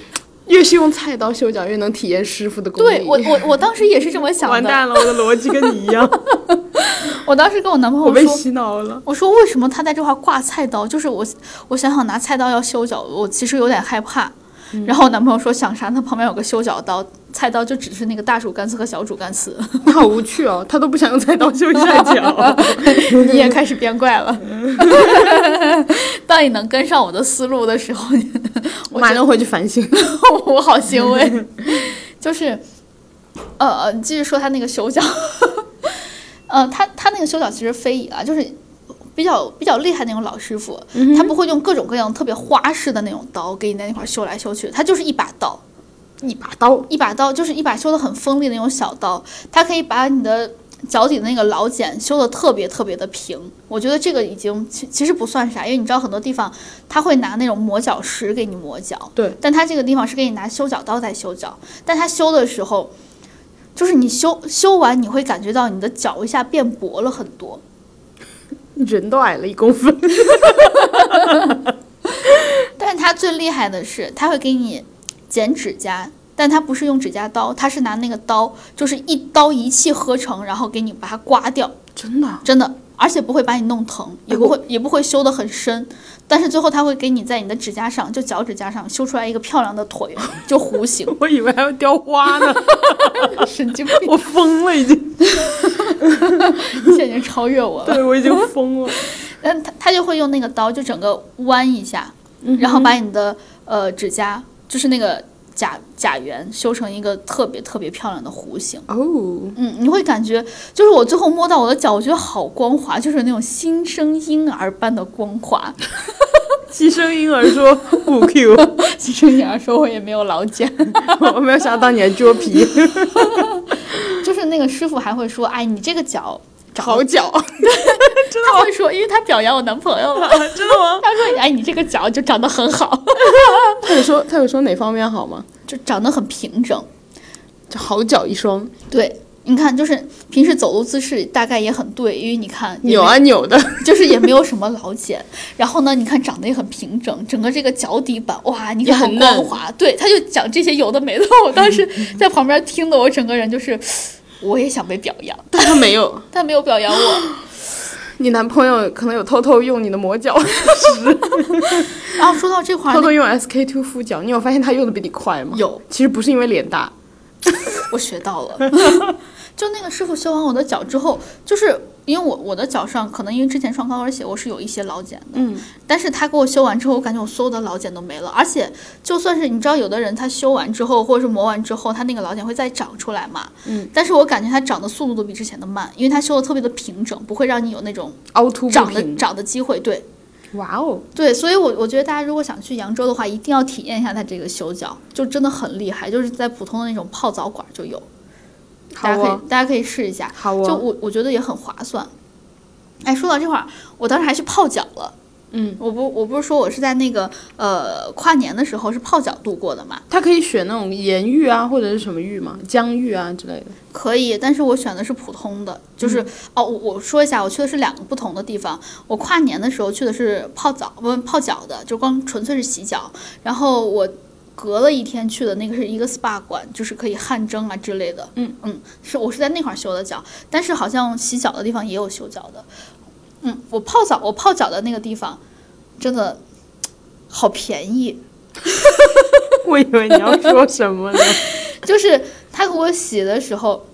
Speaker 2: 越是用菜刀修脚，越能体验师傅的工艺。
Speaker 1: 对我，我我当时也是这么想
Speaker 3: 完
Speaker 1: 的。
Speaker 3: 蛋了，我的逻辑跟你一 样，
Speaker 1: 我当时跟我男朋
Speaker 2: 我
Speaker 1: 友
Speaker 2: 被
Speaker 1: 说。
Speaker 2: 洗脑了。
Speaker 1: 我说为什么他在这块挂菜刀？就是我，我想想拿菜刀要修脚，我其实有点害怕。
Speaker 2: 嗯
Speaker 1: 然后我男朋友说想啥？他旁边有个修脚刀，菜刀就只是那个大煮干丝和小煮干丝。
Speaker 2: 他好无趣哦，他都不想用菜刀修下脚。
Speaker 1: 你也开始变怪了。 当你能跟上我的思路的时候，你
Speaker 2: 我马上回去反省。
Speaker 1: 我好欣慰。就是，呃，继续说他那个修脚， 呃，他他那个修脚其实非遗啊，就是比较比较厉害那种老师傅，他不会用各种各样特别花式的那种刀给你在那块儿修来修去，他就是一把刀，
Speaker 2: 一把刀，
Speaker 1: 一把刀就是一把修的很锋利的那种小刀，它可以把你的脚底的那个老茧修的特别特别的平。我觉得这个已经其其实不算啥，因为你知道很多地方他会拿那种磨脚石给你磨脚，
Speaker 2: 对，
Speaker 1: 但他这个地方是给你拿修脚刀在修脚，但他修的时候，就是你修修完你会感觉到你的脚一下变薄了很多。
Speaker 2: 人都矮了一公分。
Speaker 1: 但是他最厉害的是，他会给你剪指甲，但他不是用指甲刀，他是拿那个刀，就是一刀一气呵成，然后给你把它刮掉，
Speaker 2: 真的，
Speaker 1: 真的，而且不会把你弄疼，也不会也不会修得很深，但是最后他会给你在你的指甲上，就脚指甲上修出来一个漂亮的腿，就弧形，
Speaker 3: 我以为还要雕花呢，
Speaker 1: 神经病，
Speaker 3: 我疯了已经，
Speaker 1: 现在已经超越我了。
Speaker 3: 对我已经疯了。
Speaker 1: 但嗯他他就会用那个刀就整个弯一下，然后把你的呃指甲就是那个甲甲缘修成一个特别特别漂亮的弧形。
Speaker 2: 哦，
Speaker 1: 嗯，你会感觉就是我最后摸到我的脚，我觉得好光滑，就是那种新生婴儿般的光 滑。
Speaker 3: 牺牲婴儿说不 Q，
Speaker 1: 新生婴儿说我也没有老茧，
Speaker 2: 我没有想到你还遮皮，
Speaker 1: 就是那个师傅还会说，哎，你这个脚长得
Speaker 2: 好 脚，
Speaker 3: 啊
Speaker 1: 他会说，因为他表扬我男朋友嘛，
Speaker 3: 真的 吗？
Speaker 1: 他说，哎，你这个脚就长得很好，
Speaker 2: 他有说他有说哪方面好吗？
Speaker 1: 就长得很平整。
Speaker 2: 就好脚一双，
Speaker 1: 对，你看，就是平时走路姿势大概也很对，因为你看也
Speaker 2: 扭啊 扭的，
Speaker 1: 没，就是也没有什么老茧。然后呢，你看长得也很平整，整个这个脚底板，哇，你
Speaker 2: 也
Speaker 1: 看好
Speaker 2: 很
Speaker 1: 光
Speaker 2: 嫩
Speaker 1: 滑。对，他就讲这些有的没的，我当时在旁边听的，我整个人就是，我也想被表扬，
Speaker 2: 但他没有。
Speaker 1: 但没有表扬 我。
Speaker 2: 你男朋友可能有偷偷用你的磨脚，
Speaker 1: 然后啊说到这块儿
Speaker 2: 偷偷
Speaker 1: 那，
Speaker 2: 用 SK two 敷脚，你有发现他用的比你快吗？
Speaker 1: 有
Speaker 2: 其实不是因为脸大，
Speaker 1: 我学到了。 就那个师傅修完我的脚之后，就是因为我我的脚上可能因为之前穿高跟鞋，我是有一些老茧的。
Speaker 2: 嗯，
Speaker 1: 但是他给我修完之后，我感觉我所有的老茧都没了，而且就算是你知道，有的人他修完之后，或者是磨完之后，他那个老茧会再长出来嘛。
Speaker 2: 嗯。
Speaker 1: 但是我感觉它长的速度都比之前的慢，因为它修的特别的平整，不会让你有那种
Speaker 2: 凹凸不
Speaker 1: 长的
Speaker 2: 平。
Speaker 1: 长的机会。对
Speaker 2: 哇哦，
Speaker 1: 对，所以我我觉得大家如果想去扬州的话，一定要体验一下它这个修脚，就真的很厉害，就是在普通的那种泡澡馆就有，
Speaker 2: 好
Speaker 1: 大家可以、
Speaker 2: 哦，
Speaker 1: 大家可以试一下。
Speaker 2: 好
Speaker 1: 就
Speaker 2: 哦，
Speaker 1: 我我觉得也很划算。哎，说到这块儿，我当时还去泡脚了。
Speaker 2: 嗯，
Speaker 1: 我不我不是说我是在那个呃跨年的时候是泡脚度过的嘛？
Speaker 2: 他可以选那种盐浴啊，或者是什么浴吗？江浴啊之类的。
Speaker 1: 可以，但是我选的是普通的，就是、哦，我我说一下，我去的是两个不同的地方。我跨年的时候去的是泡澡，不泡脚的，就光纯粹是洗脚。然后我隔了一天去的那个是一个 SPA 馆，就是可以汗蒸啊之类的。
Speaker 2: 嗯
Speaker 1: 嗯，是我是在那块儿修的脚，但是好像洗脚的地方也有修脚的。嗯，我泡澡，我泡脚的那个地方真的好便宜。
Speaker 3: 我以为你要说什么呢？
Speaker 1: 就是他给我洗的时候，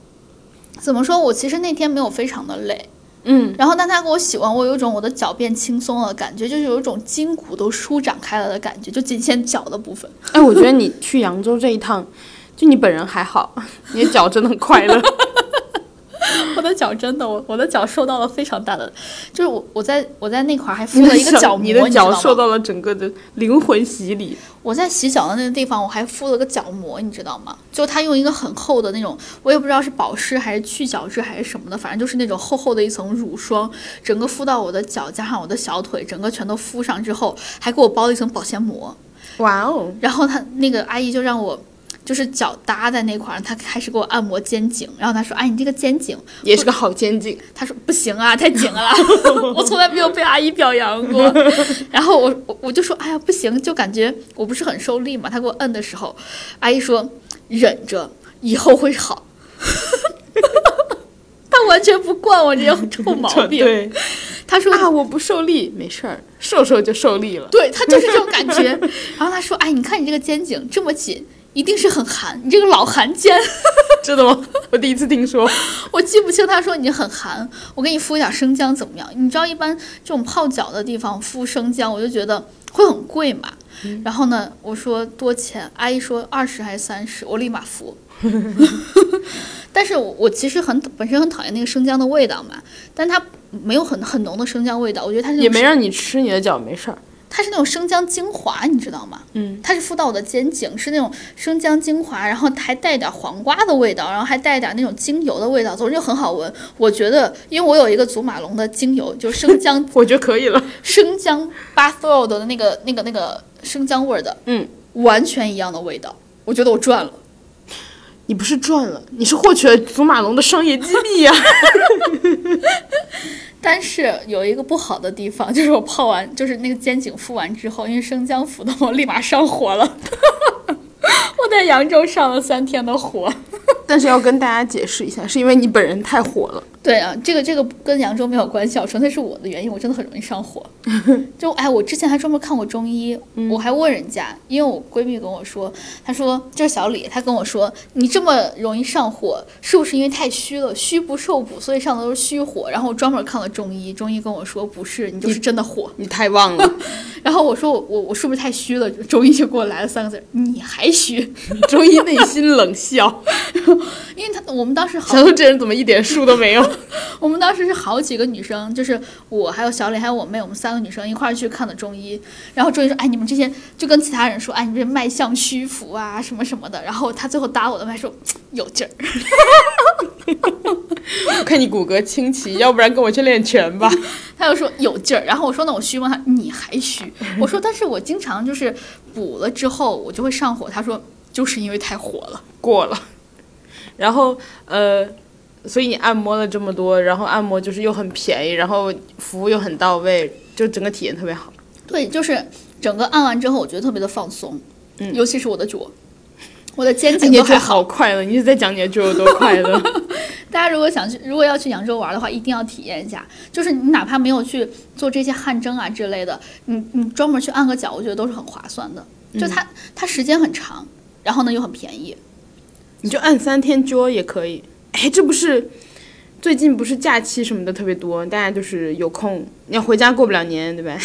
Speaker 1: 怎么说我其实那天没有非常的累，
Speaker 2: 嗯，
Speaker 1: 然后但它给我洗完，我有一种我的脚变轻松了的感觉，就是有一种筋骨都舒展开了的感觉，就仅限脚的 部分。
Speaker 2: 哎，我觉得你去扬州这一趟，就你本人还好，你的脚真的很快乐。
Speaker 1: 我的脚真的，我我的脚受到了非常大的，就是我我在我在那块儿还敷了一个脚膜，
Speaker 2: 你
Speaker 1: 你
Speaker 2: 的
Speaker 1: 知道
Speaker 2: 脚
Speaker 1: 吗
Speaker 2: 受到了整个的灵魂洗礼。
Speaker 1: 我在洗脚的那个地方，我还敷了个脚膜，你知道吗？就它用一个很厚的那种，我也不知道是保湿还是去角质还是什么的，反正就是那种厚厚的一层乳霜，整个敷到我的脚，加上我的小腿，整个全都敷上之后，还给我包了一层保鲜膜。
Speaker 2: 哇哦，
Speaker 1: 然后他那个阿姨就让我。就是脚搭在那块儿，她开始给我按摩肩颈，然后她说：“哎，你这个肩颈
Speaker 2: 也是个好肩颈。
Speaker 1: 他说不行啊，太紧了 啦，我从来没有被阿姨表扬过。然后我我我就说，哎呀不行，就感觉我不是很受力嘛。他给我摁的时候，阿姨说忍着，以后会好。 他完全不惯我这种臭 毛病，
Speaker 2: 对
Speaker 1: 他说
Speaker 2: 啊，我不受力，没事儿，受受就受力了。
Speaker 1: 对他就是这种感觉。然后他说，哎，你看你这个肩颈这么紧。一定是很寒，你这个老寒肩，
Speaker 2: 真的吗？ 我第一次听说。
Speaker 1: 我记不清他说你很寒，我给你敷一点生姜怎么样？你知道一般这种泡脚的地方敷生姜，我就觉得会很贵嘛。
Speaker 2: 嗯
Speaker 1: 然后呢，我说多钱？阿姨说二十还是三十，我立马 敷。但是我我其实很本身很讨厌那个生姜的味道嘛，但它没有很很浓的生姜味道，我觉得它是那种
Speaker 2: 也没让你吃你的脚，没事儿。
Speaker 1: 它是那种生姜精华，你知道吗？
Speaker 2: 嗯，
Speaker 1: 它是敷到我的肩颈，是那种生姜精华，然后还带点黄瓜的味道，然后还带点那种精油的味道，总之就很好闻。我觉得，因为我有一个祖马龙的精油，就是生 姜
Speaker 2: 我觉得可以了。
Speaker 1: 生姜 bath oil 的那个那个那个生姜味儿的，
Speaker 2: 嗯，
Speaker 1: 完全一样的味道，我觉得我赚了。
Speaker 2: 你不是赚了，你是获取了祖马龙的商业机密呀、
Speaker 1: 但是有一个不好的地方， 就是我泡完，就是那个肩颈敷完之后，因为生姜敷的我立马上火了。 我在扬州上了三天的火。
Speaker 2: 但是要跟大家解释一下，是因为你本人太火了。
Speaker 1: 对啊，这个这个跟扬州没有关系啊，纯粹是我的原因，我真的很容易上火。就哎，我之前还专门看过中医，我还问人家，因为我闺蜜跟我说，她说就是小李，她跟我说你这么容易上火，是不是因为太虚了，虚不受补，所以上的都是虚火？然后我专门看了中医，中医跟我说不是，你就是真的火。
Speaker 2: 你太旺 了，
Speaker 1: 然后我说我我我是不是太虚了？中医就给我来了三个字儿，你还虚，
Speaker 2: 中医内心冷笑，
Speaker 1: 因为他我们当时好
Speaker 2: 想说这人怎么一点数都没有？
Speaker 1: 我们当时是好几个女生，就是我还有小李还有我妹，我们三个女生一块儿去看的中医。然后中医说：“哎，你们这些就跟其他人说，哎，你们这脉象虚浮啊，什么什么的。”然后他最后搭我的脉说：“有劲儿。
Speaker 2: 我看你骨骼清奇，要不然跟我去练拳吧。”
Speaker 1: 他又说：“有劲儿。”然后我说：“那我虚吗？”他说你还虚。 我说：“但是我经常就是补了之后我就会上火。”他说：“就是因为太火了。
Speaker 2: 过了，然后呃，所以你按摩了这么多，然后按摩就是又很便宜，然后服务又很到位，就整个体验特别好。”
Speaker 1: 对，就是整个按完之后，我觉得特别的放松，尤其是我的脚，我的肩颈
Speaker 2: 你
Speaker 1: 都
Speaker 2: 觉
Speaker 1: 还
Speaker 2: 得
Speaker 1: 好。
Speaker 2: 哎好快乐，你是在讲你的脚有多快乐？
Speaker 1: 大家如果想去，如果要去扬州玩的话，一定要体验一下。就是你哪怕没有去做这些汗蒸啊之类的，你你专门去按个脚，我觉得都是很划算的。
Speaker 2: 嗯
Speaker 1: 就它、它时间很长，然后呢又很便 宜。
Speaker 2: 你就按三天脚也可以。哎，这不是最近不是假期什么的特别多，大家就是有空，你要回家过不了年，对吧？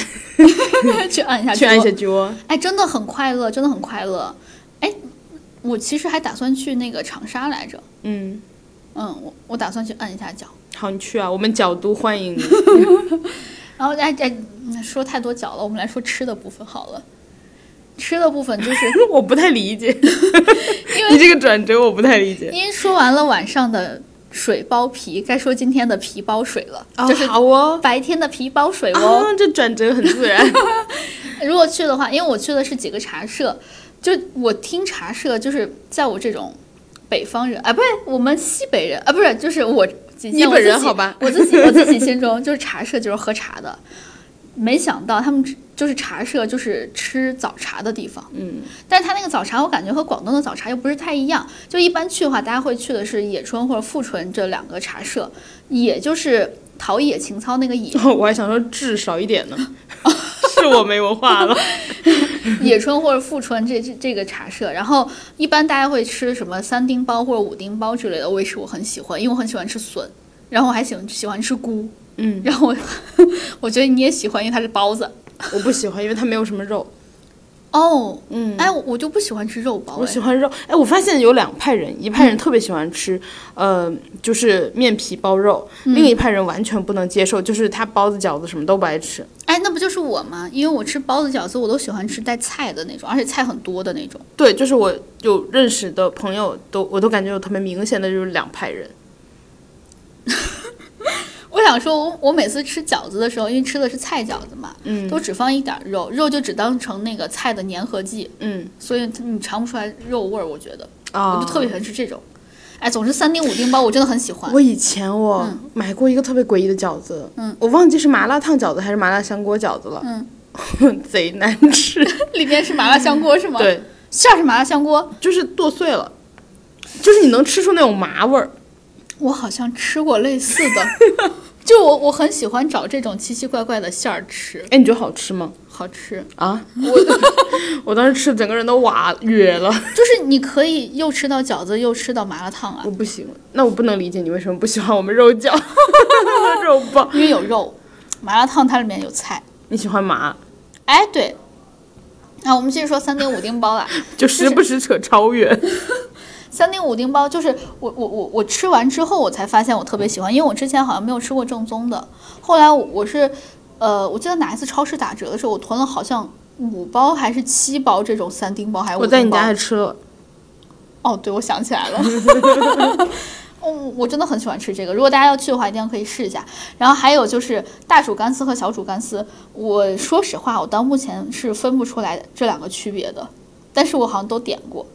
Speaker 1: 去按一下，
Speaker 2: 去按一下，脚，
Speaker 1: 哎，真的很快乐，真的很快乐。哎，我其实还打算去那个长沙来着，
Speaker 2: 嗯，
Speaker 1: 嗯，我我打算去按一下脚。
Speaker 2: 好，你去啊，我们角都欢迎你。
Speaker 1: 然后哎哎，嗯说太多脚了，我们来说吃的部分好了。吃的部分就是
Speaker 2: 我不太理解，你这个转折我不太理解。
Speaker 1: 因为说完了晚上的水包皮，该说今天的皮包水了，就是
Speaker 2: 好哦，
Speaker 1: 白天的皮包水
Speaker 2: 啊
Speaker 1: 哦。，
Speaker 2: 这转折很自 然。
Speaker 1: 如果去的话，因为我去的是几个茶社，就我听茶社，就是在我这种北方人啊，不是我们西北人啊，不是就是我仅限
Speaker 2: 你
Speaker 1: 我
Speaker 2: 本人
Speaker 1: 自己
Speaker 2: 好吧
Speaker 1: 我自己我自己心中就是茶社就是喝茶的，没想到他们只就是茶社就是吃早茶的地方。
Speaker 2: 嗯，
Speaker 1: 但是它那个早茶，我感觉和广东的早茶又不是太一样。就一般去的话，大家会去的是野春或者富春这两个茶社，野就是陶冶情操那个野，
Speaker 2: 我还想说痣少一点呢，是我没文化了。
Speaker 1: 野春或者富春这这这个茶社。然后一般大家会吃什么三丁包或者五丁包之类的，我也是我很喜欢，因为我很喜欢吃笋，然后我还喜欢喜欢吃菇。
Speaker 2: 嗯，
Speaker 1: 然后我 我觉得你也喜欢，因为它是包子。
Speaker 2: 我不喜欢，因为它没有什么肉。
Speaker 1: 哦，
Speaker 2: 嗯，
Speaker 1: 哎，我就不喜欢吃肉包、
Speaker 2: 我
Speaker 1: 哎
Speaker 2: 喜欢肉。哎，我发现有两派人，一派人特别喜欢吃，呃，就是面皮包肉；另一派人完全不能接受，就是他包子、饺子什么都不爱吃。
Speaker 1: 哎，那不就是我吗？因为我吃包子、饺子，我都喜欢吃带菜的那种，而且菜很多的那种。
Speaker 2: 对，就是我有认识的朋友都，我都感觉有特别明显的就是两派人。
Speaker 1: 我想说我，我每次吃饺子的时候，因为吃的是菜饺子嘛，
Speaker 2: 嗯
Speaker 1: 都只放一点儿肉，肉就只当成那个菜的粘合剂，
Speaker 2: 嗯
Speaker 1: 所以它你尝不出来肉味儿。我觉得，
Speaker 2: 啊
Speaker 1: 我就特别喜欢吃这种。哎，总之三丁五丁包我真的很喜欢。
Speaker 2: 我以前我买过一个特别诡异的饺子，
Speaker 1: 嗯，
Speaker 2: 我忘记是麻辣烫饺子还是麻辣香锅饺子了，嗯， 贼难吃，
Speaker 1: 里面 是麻辣香锅是吗？，
Speaker 2: 对，
Speaker 1: 馅儿是麻辣香锅。
Speaker 2: 就是剁碎了，就是你能吃出那种麻味儿，
Speaker 1: 我好像吃过类似的， 就我我很喜欢找这种奇奇怪怪的馅儿吃，
Speaker 2: 哎，你觉得好吃吗？
Speaker 1: 好吃。
Speaker 2: 啊，我我 当时吃整个人都瓦哕了，
Speaker 1: 就是你可以又吃到饺子，又吃到麻辣烫啊
Speaker 2: 我，不行，那我不能理解你为什么不喜欢我们 肉饺肉包，
Speaker 1: 因为有肉。麻辣烫它里面有菜。
Speaker 2: 你喜欢麻，
Speaker 1: 哎，对，啊，我们继续说三丁五丁包啊啦。
Speaker 2: 就时不时扯超远，
Speaker 1: 三丁五丁包就是我我我我吃完之后，我才发现我特别喜欢，因为我之前好像没有吃过正宗的。后来我我是，呃，我记得哪一次超市打折的时候，我囤了好像五包还是七包这种三丁包，还是五
Speaker 2: 我
Speaker 1: 丁包
Speaker 2: 在你家还吃了，
Speaker 1: 哦，对，我想起来了。 我我真的很喜欢吃这个，如果大家要去的话，一定可以试一下。然后还有就是大煮干丝和小煮干丝，我说实话，我到目前是分不出来这两个区别的，但是我好像都点过，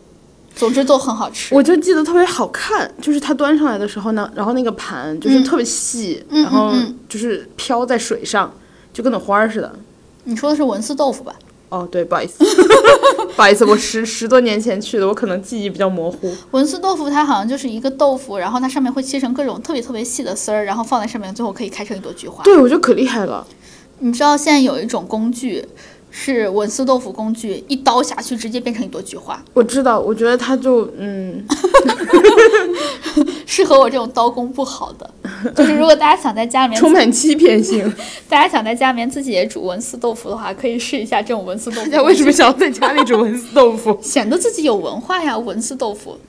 Speaker 1: 总之都很好吃。
Speaker 2: 我就记得特别好看，就是它端上来的时候呢，然后那个盘就是特别细，
Speaker 1: 嗯
Speaker 2: 然后
Speaker 1: 嗯嗯
Speaker 2: 就是飘在水上，就跟朵花儿似的。
Speaker 1: 你说的是文思豆腐吧？
Speaker 2: 哦，对，不好意 思，不好意思，我十十多年前去的，我可能记忆比较模糊。
Speaker 1: 文思豆腐它好像就是一个豆腐，然后它上面会切成各种特别特别细的丝儿，然后放在上面，最后可以开成一朵菊花。
Speaker 2: 对，我觉得可厉害了，
Speaker 1: 你知道现在有一种工具是文思豆腐工具，一刀下去直接变成一朵菊花。
Speaker 2: 我知道，我觉得它就嗯，
Speaker 1: 适合我这种刀工不好的。就是如果大家想在家里面，
Speaker 2: 充满欺骗性。
Speaker 1: 大家想在家里面自己也煮文思豆腐的话，可以试一下这种文思豆
Speaker 2: 大家
Speaker 1: 腐，？
Speaker 2: 为什么想要在家里煮文思豆腐
Speaker 1: 显得自己有文化呀。文思豆腐。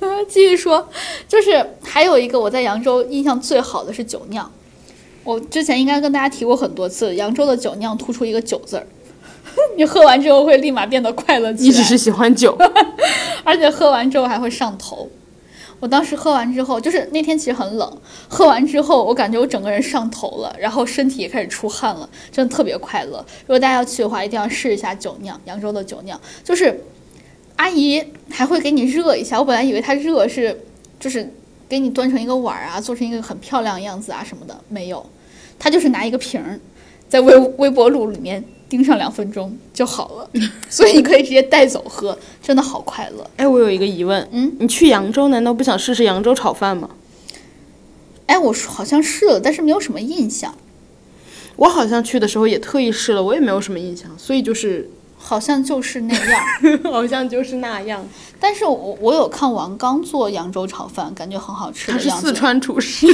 Speaker 1: 呃继续说，就是还有一个我在扬州印象最好的是酒酿，我之前应该跟大家提过很多次，扬州的酒酿突出一个酒字儿， 你喝完之后会立马变得快乐起来。
Speaker 2: 你只是喜欢酒，
Speaker 1: 而且喝完之后还会上头。我当时喝完之后，就是那天其实很冷，喝完之后我感觉我整个人上头了，然后身体也开始出汗了，真的特别快乐。如果大家要去的话，一定要试一下酒酿，扬州的酒酿，就是阿姨还会给你热一下。我本来以为它热是就是给你端成一个碗儿啊，做成一个很漂亮的样子啊什么的，没有，她就是拿一个瓶儿在微微波炉里面叮上两分钟就好了， 所以你可以直接带走喝，真的好快乐。
Speaker 2: 哎，我有一个疑问，
Speaker 1: 嗯，
Speaker 2: 你去扬州难道不想试试扬州炒饭吗？
Speaker 1: 哎，我说好像是了，但是没有什么印象，
Speaker 2: 我好像去的时候也特意试了，我也没有什么印象，所以就是
Speaker 1: 好像就是那样。
Speaker 2: 好像就是那样。
Speaker 1: 但是我我有看王刚做扬州炒饭，感觉很好吃
Speaker 2: 他
Speaker 1: 的
Speaker 2: 是
Speaker 1: 样
Speaker 2: 四
Speaker 1: 子。
Speaker 2: 川厨师，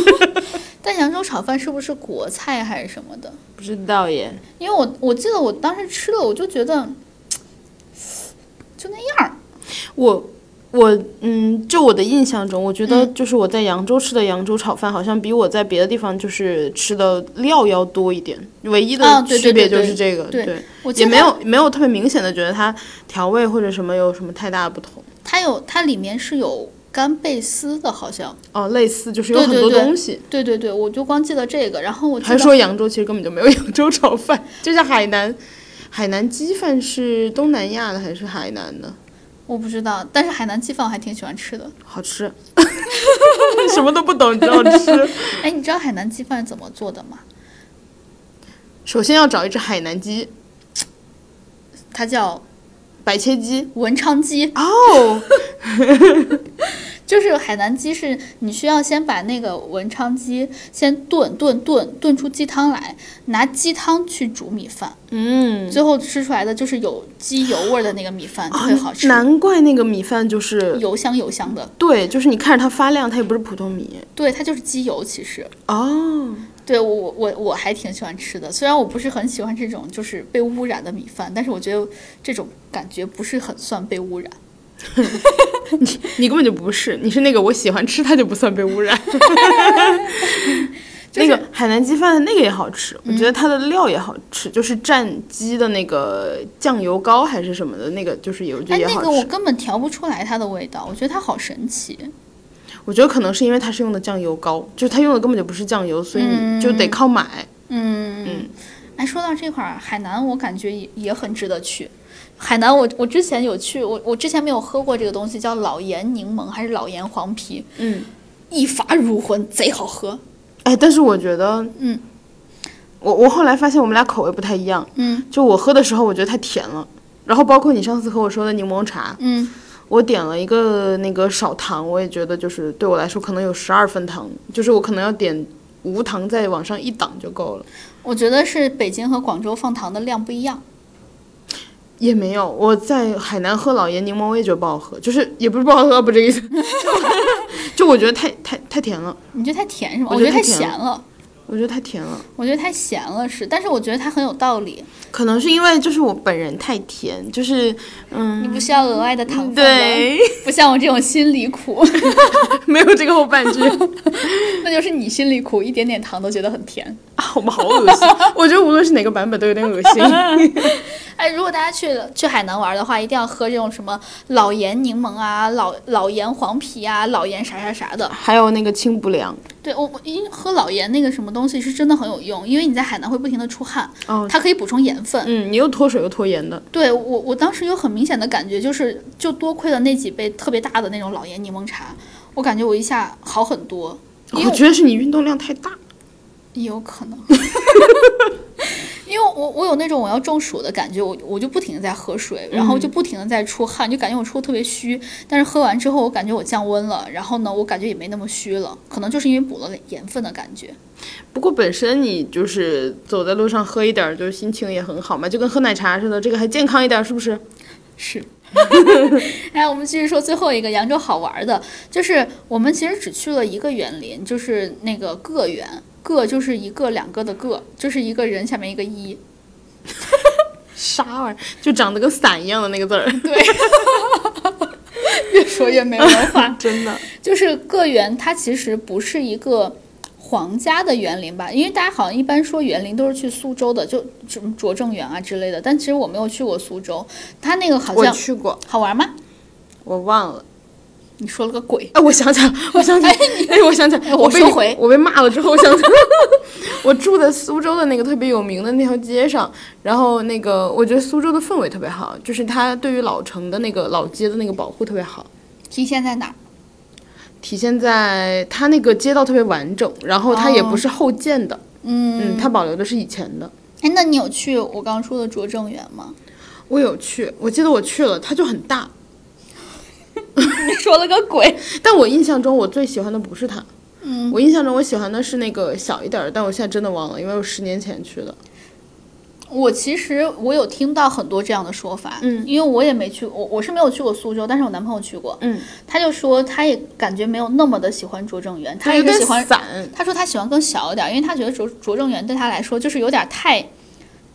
Speaker 1: 但扬州炒饭是不是国菜还是什么的？
Speaker 2: 不知道耶。
Speaker 1: 因为我我记得我当时吃了，我就觉得就那样儿。
Speaker 2: 我我嗯，就我的印象中，我觉
Speaker 1: 嗯
Speaker 2: 得就是我在扬州吃的扬州炒饭，好像比我在别的地方就是吃的料要多一点。唯一
Speaker 1: 啊
Speaker 2: 的
Speaker 1: 对对
Speaker 2: 区别
Speaker 1: 对
Speaker 2: 就
Speaker 1: 对
Speaker 2: 是这个，
Speaker 1: 对我记
Speaker 2: 也
Speaker 1: 得
Speaker 2: 没有没有特别明显的觉得它调味或者什么有什么太大的不同。
Speaker 1: 它有它里面是有干贝丝的，好像。
Speaker 2: 哦，类似就是有
Speaker 1: 对
Speaker 2: 很
Speaker 1: 对
Speaker 2: 多
Speaker 1: 对
Speaker 2: 东西。
Speaker 1: 对对对，我就光记得这个。然后我记
Speaker 2: 还
Speaker 1: 得
Speaker 2: 说扬州其实根本就没有扬州炒饭， 就像海南，海南鸡饭是东南亚的还是海南的？
Speaker 1: 我不知道，但是海南鸡饭我还挺喜欢吃的。
Speaker 2: 好吃， 什么都不懂，只好吃。
Speaker 1: 哎，你知道海南鸡饭怎么做的吗？
Speaker 2: 首先要找一只海南鸡，
Speaker 1: 它叫
Speaker 2: 白切鸡。
Speaker 1: 文昌鸡。
Speaker 2: 哦，
Speaker 1: 就是海南鸡是你需要先把那个文昌鸡先炖炖炖炖出鸡汤来，拿鸡汤去煮米饭，
Speaker 2: 嗯，哦
Speaker 1: 最后吃出来的就是有鸡油味儿的那个米饭就会好吃，
Speaker 2: 啊难怪那个米饭就是
Speaker 1: 油香油香的。
Speaker 2: 对，就是你看着它发亮，它也不是普通米
Speaker 1: 对，它就是鸡油，其实。
Speaker 2: 哦。
Speaker 1: 对我我我我还挺喜欢吃的，虽然我不是很喜欢这种就是被污染的米饭，但是我觉得这种感觉不是很算被污染。
Speaker 2: 你根本就不是，你是那个我喜欢吃，它就不算被污 染。
Speaker 1: 就是
Speaker 2: 那个海南鸡饭那个也好吃，我觉得它的料也好吃，就是蘸鸡的那个酱油膏还是什么的，那个就是有我觉
Speaker 1: 哎
Speaker 2: 得，也
Speaker 1: 那
Speaker 2: 好
Speaker 1: 个我
Speaker 2: 吃。
Speaker 1: 根本调不出来它的味道，我觉得它好神奇。
Speaker 2: 我觉得可能是因为它是用的酱油膏，就是它用的根本就不是酱油，所以你就得靠买。
Speaker 1: 嗯，哎，说到这块儿，海南我感觉也也很值得去。海南我，我之前有去，我我之前没有喝过这个东西，叫老盐柠檬还是老盐黄皮，
Speaker 2: 嗯，
Speaker 1: 一发入魂，贼好喝。
Speaker 2: 哎，但是我觉得，
Speaker 1: 嗯，
Speaker 2: 我我后来发现我们俩口味不太一样，
Speaker 1: 嗯
Speaker 2: 就我喝的时候我觉得太甜了，然后包括你上次和我说的柠檬茶，
Speaker 1: 嗯，
Speaker 2: 我点了一个那个少糖，我也觉得就是对我来说可能有十二分糖，就是我可能要点无糖再往上一档就够了。
Speaker 1: 我觉得是北京和广州放糖的量不一样。
Speaker 2: 也没有，我在海南喝老爷柠檬，我也觉得不好喝，就是也不是不好喝，不是这个意思， 就我觉得太太太甜了，
Speaker 1: 你觉得太甜是吗？
Speaker 2: 我
Speaker 1: 我
Speaker 2: 觉
Speaker 1: 觉
Speaker 2: 得
Speaker 1: 得
Speaker 2: 太
Speaker 1: 太
Speaker 2: 甜
Speaker 1: 咸了，
Speaker 2: 我觉得太甜了。
Speaker 1: 我觉得太咸了是，但是我觉得它很有道理。
Speaker 2: 可能是因为就是我本人太甜，就是
Speaker 1: 你
Speaker 2: 嗯，
Speaker 1: 不需要额外的糖分，，
Speaker 2: 对，
Speaker 1: 不像我这种心里苦，
Speaker 2: 没有这个后半句，
Speaker 1: 那就是你心里苦，一点点糖都觉得很甜。
Speaker 2: 啊我们好恶心。我觉得无论是哪个版本都有点恶心。
Speaker 1: 哎，如果大家去了去海南玩的话，一定要喝这种什么老盐柠檬啊、老老盐黄皮啊、老盐啥啥啥的。
Speaker 2: 还有那个清补凉，
Speaker 1: 对我，我因为喝老盐那个什么东西是真的很有用，因为你在海南会不停的出汗，
Speaker 2: 哦，
Speaker 1: 它可以补充盐分。
Speaker 2: 嗯，你又脱水又脱盐的，
Speaker 1: 对我，我当时有很明显的感觉，就是就多亏了那几杯特别大的那种老盐柠檬茶，我感觉我一下好很多，因为
Speaker 2: 我觉得是你运动量太大。
Speaker 1: 也有可能， 因为我我有那种我要中暑的感觉，我我就不停的在喝水，然后就不停的在出汗，就感觉我出的特别虚，但是喝完之后我感觉我降温了，然后呢，我感觉也没那么虚了，可能就是因为补了盐分的感觉。
Speaker 2: 不过本身你就是走在路上喝一点儿，就是心情也很好嘛，就跟喝奶茶似的，这个还健康一点，是不是？
Speaker 1: 是。 哎，我们继续说最后一个扬州好玩的，就是我们其实只去了一个园林，就是那个个园，个就是一个两个的个，就是一个人下面一个一。
Speaker 2: 啥玩意儿？就长得跟伞一样的那个字儿，。
Speaker 1: 越说越没文化
Speaker 2: 真的。
Speaker 1: 就是个园，它其实不是一个皇家的园林吧？因为大家好像一般说园林都是去苏州的，就什么拙政园啊之类的，但其实我没有去过苏州，它那个好
Speaker 2: 我
Speaker 1: 像
Speaker 2: 去过，
Speaker 1: 好玩吗？
Speaker 2: 我忘了。
Speaker 1: 你说了个鬼。
Speaker 2: 哎，我想起来，我想起来，哎，我想起来，
Speaker 1: 哎我
Speaker 2: 被
Speaker 1: 收
Speaker 2: 你
Speaker 1: 回
Speaker 2: 我被骂了之后，我想起来，我住在苏州的那个特别有名的那条街上，然后那个我觉得苏州的氛围特别好，就是它对于老城的那个老街的那个保护特别好。
Speaker 1: 体现在哪儿？
Speaker 2: 体现在它那个街道特别完整，然后它也不是后建的，
Speaker 1: 嗯，
Speaker 2: 嗯，它保留的是以前的。
Speaker 1: 哎，那你有去我刚说的拙政园吗？
Speaker 2: 我有去，我记得我去了，它就很大，
Speaker 1: 你说了个鬼！
Speaker 2: 但我印象中我最喜欢的不是它，
Speaker 1: 嗯，
Speaker 2: 我印象中我喜欢的是那个小一点儿的，但我现在真的忘了，因为我十年前去的。
Speaker 1: 我其实我有听到很多这样的说法，
Speaker 2: 嗯
Speaker 1: 因为我也没去，我我是没有去过苏州，但是我男朋友去过，
Speaker 2: 嗯，
Speaker 1: 他就说他也感觉没有那么的喜欢拙政园，他
Speaker 2: 有
Speaker 1: 也
Speaker 2: 点
Speaker 1: 是喜欢，
Speaker 2: 散，
Speaker 1: 他说他喜欢更小一点，因为他觉得拙拙政园对他来说就是有点太。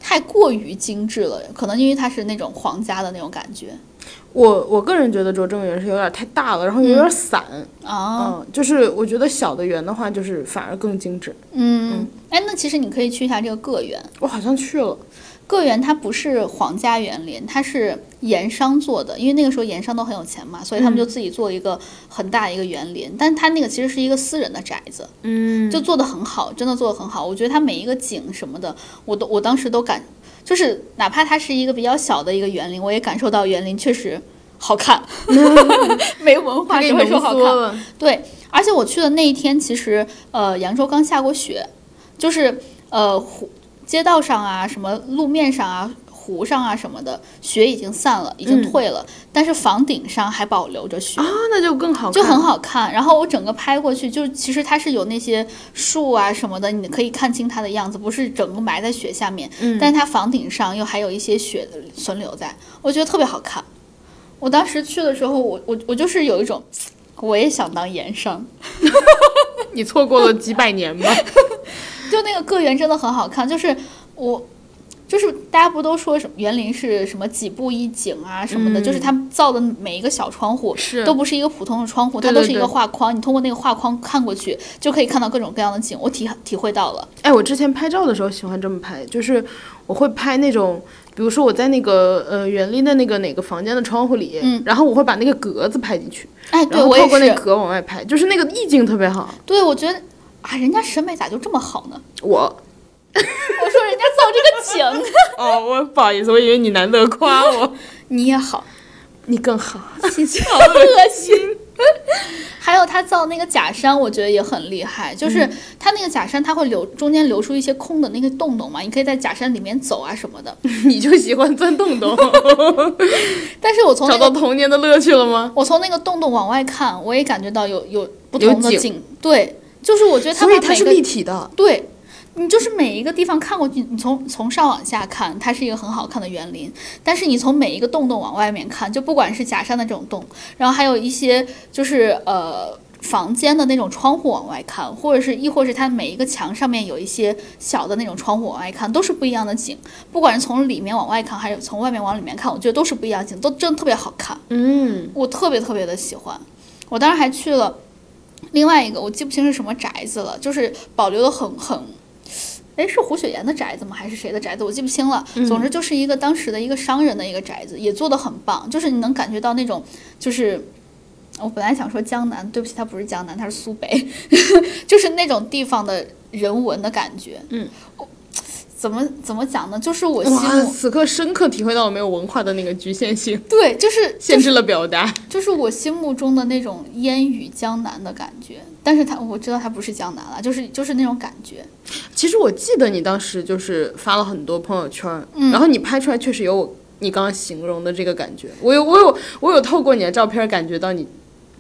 Speaker 1: 太过于精致了，可能因为它是那种皇家的那种感觉
Speaker 2: 我我个人觉得拙政园是有点太大了，然后有点散，
Speaker 1: 啊，
Speaker 2: 嗯，就是我觉得小的园的话，就是反而更精致。
Speaker 1: 嗯，哎、那其实你可以去一下这个个园，
Speaker 2: 我好像去了，
Speaker 1: 个园它不是皇家园林，它是盐商做的，因为那个时候盐商都很有钱嘛，所以他们就自己做一个很大的一个园林。但它那个其实是一个私人的宅子，
Speaker 2: 嗯，
Speaker 1: 就做的很好，真的做的很好。我觉得它每一个景什么的，我都我当时都感，就是哪怕它是一个比较小的一个园林，我也感受到园林确实好看，没文化
Speaker 2: 它给
Speaker 1: 只
Speaker 2: 你
Speaker 1: 会说
Speaker 2: 浓
Speaker 1: 好看
Speaker 2: 缩。了，
Speaker 1: 对，而且我去的那一天，其实呃，扬州刚下过雪，就是呃，湖街道上啊，什么路面上啊，湖上啊什么的，雪已经散了，已
Speaker 2: 嗯
Speaker 1: 经退了，但是房顶上还保留着雪。
Speaker 2: 啊，那就更好看，
Speaker 1: 就很。好看，然后我整个拍过去，就是其实它是有那些树啊什么的，你可以看清它的样子，不是整个埋在雪下面，
Speaker 2: 嗯
Speaker 1: 但是它房顶上又还有一些雪的存留在，我觉得特别好看。我当时去的时候，我我我就是有一种，我也想当盐商，
Speaker 3: 你错过了几百 年吧？
Speaker 1: 就那个个园真的很好看，就是我。就是大家不都说什么园林是什么几步一景啊什么的，就是他们造的每一个小窗户
Speaker 3: 是
Speaker 1: 都不是一个普通的窗户，它
Speaker 3: 对
Speaker 1: 都
Speaker 3: 对
Speaker 1: 是一
Speaker 3: 对
Speaker 1: 个画框，你通过那个画框看过去就可以看到各种各样的景。我体体会到了，
Speaker 2: 哎，我之前拍照的时候喜欢这么拍，就是我会拍那种，比如说我在那个呃园林的那个哪个房间的窗户里，
Speaker 1: 嗯
Speaker 2: 然后我会把那个格子拍进去，
Speaker 1: 哎，
Speaker 2: 然
Speaker 1: 对
Speaker 2: 后
Speaker 1: 我也
Speaker 2: 透过那
Speaker 1: 是，
Speaker 2: 格往外拍，就是那个意境特别好。
Speaker 1: 对我觉得啊，人家审美咋就这么好呢？
Speaker 2: 我
Speaker 1: 我说人家造这个景，
Speaker 3: 哦，我不好意思，我以为你难得夸我。
Speaker 1: 你也好，
Speaker 2: 你更好，
Speaker 1: 谢谢，好恶心。还有他造那个假山，我觉得也很厉害，就是
Speaker 2: 嗯
Speaker 1: 他那个假山，它会留中间留出一些空的那个洞洞嘛，你可以在假山里面走啊什么的。
Speaker 2: 你就喜欢钻 洞洞，
Speaker 1: 但是我从那
Speaker 2: 找到
Speaker 1: 个
Speaker 2: 童年的乐趣了吗？
Speaker 1: 我从那个洞洞往外看，我也感觉到有有不
Speaker 2: 有
Speaker 1: 同的
Speaker 2: 景
Speaker 1: 景，对，就是我觉得他
Speaker 2: 所以
Speaker 1: 把
Speaker 2: 它
Speaker 1: 每
Speaker 2: 是
Speaker 1: 个
Speaker 2: 立体的，
Speaker 1: 对，你就是每一个地方看过去，你从从上往下看，它是一个很好看的园林。但是你从每一个洞洞往外面看，就不管是假山的这种洞，然后还有一些就是呃房间的那种窗户往外看，或者是亦或是它每一个墙上面有一些小的那种窗户往外看，都是不一样的景。不管是从里面往外看，还是从外面往里面看，我觉得都是不一样的景，都真的特别好看。
Speaker 2: 嗯，
Speaker 1: 我特别特别的喜欢。我当时还去了另外一个，我记不清是什么宅子了，就是保留的很很，哎，是胡雪岩的宅子吗？还是谁的宅子？我记不清了。总之就是一个当时的一个商人的一个宅子，也做的很棒，就是你能感觉到那种就是。我本来想说江南，对不起，它不是江南，它是苏北， 就是那种地方的人文的感觉。
Speaker 2: 嗯，
Speaker 1: 我怎么怎么讲呢？就是我心
Speaker 3: 哇，
Speaker 1: 目
Speaker 3: 此刻深刻体会到我没有文化的那个局限性，
Speaker 1: 对，就是
Speaker 3: 限制了表达。
Speaker 1: 就是我心目中的那种烟雨江南的感觉，但是它我知道它不是江南了，就是就是那种感觉。
Speaker 2: 其实我记得你当时就是发了很多朋友圈儿，
Speaker 1: 嗯
Speaker 2: 然后你拍出来确实有我你刚刚形容的这个感觉，我有我有我有透过你的照片感觉到你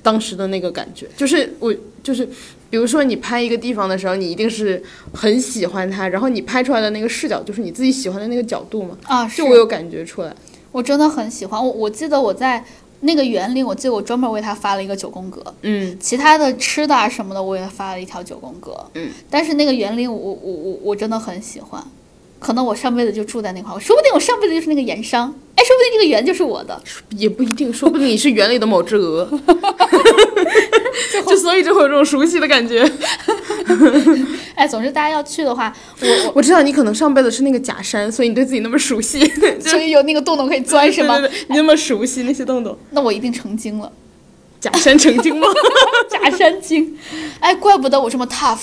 Speaker 2: 当时的那个感觉，就是我就是。比如说，你拍一个地方的时候，你一定是很喜欢它，然后你拍出来的那个视角就是你自己喜欢的那个角度嘛，
Speaker 1: 啊，是
Speaker 2: 就我有感觉出来。
Speaker 1: 我真的很喜欢。我我记得我在那个园里，我记得我专门为它发了一个九宫格，
Speaker 2: 嗯，
Speaker 1: 其他的吃的啊什么的，我也发了一条九宫格。
Speaker 2: 嗯，
Speaker 1: 但是那个园林我，我我我我真的很喜欢。可能我上辈子就住在那块儿，说不定我上辈子就是那个盐商，哎，说不定这个园就是我的。
Speaker 2: 也不一定，说不定你是园里的某 只鹅， 就所以就会有这种熟悉的感觉。
Speaker 1: 哎，总之大家要去的话，我
Speaker 2: 我知道你可能上辈子是那个假山，所以你 对自己那么熟悉，
Speaker 1: 我所以有那个洞洞可以 钻是吗？
Speaker 2: 对对对你那么熟悉那些洞洞，
Speaker 1: 那我一定成精了。
Speaker 2: 假山成精吗？
Speaker 1: 假山精，哎，怪不得我这么 tough。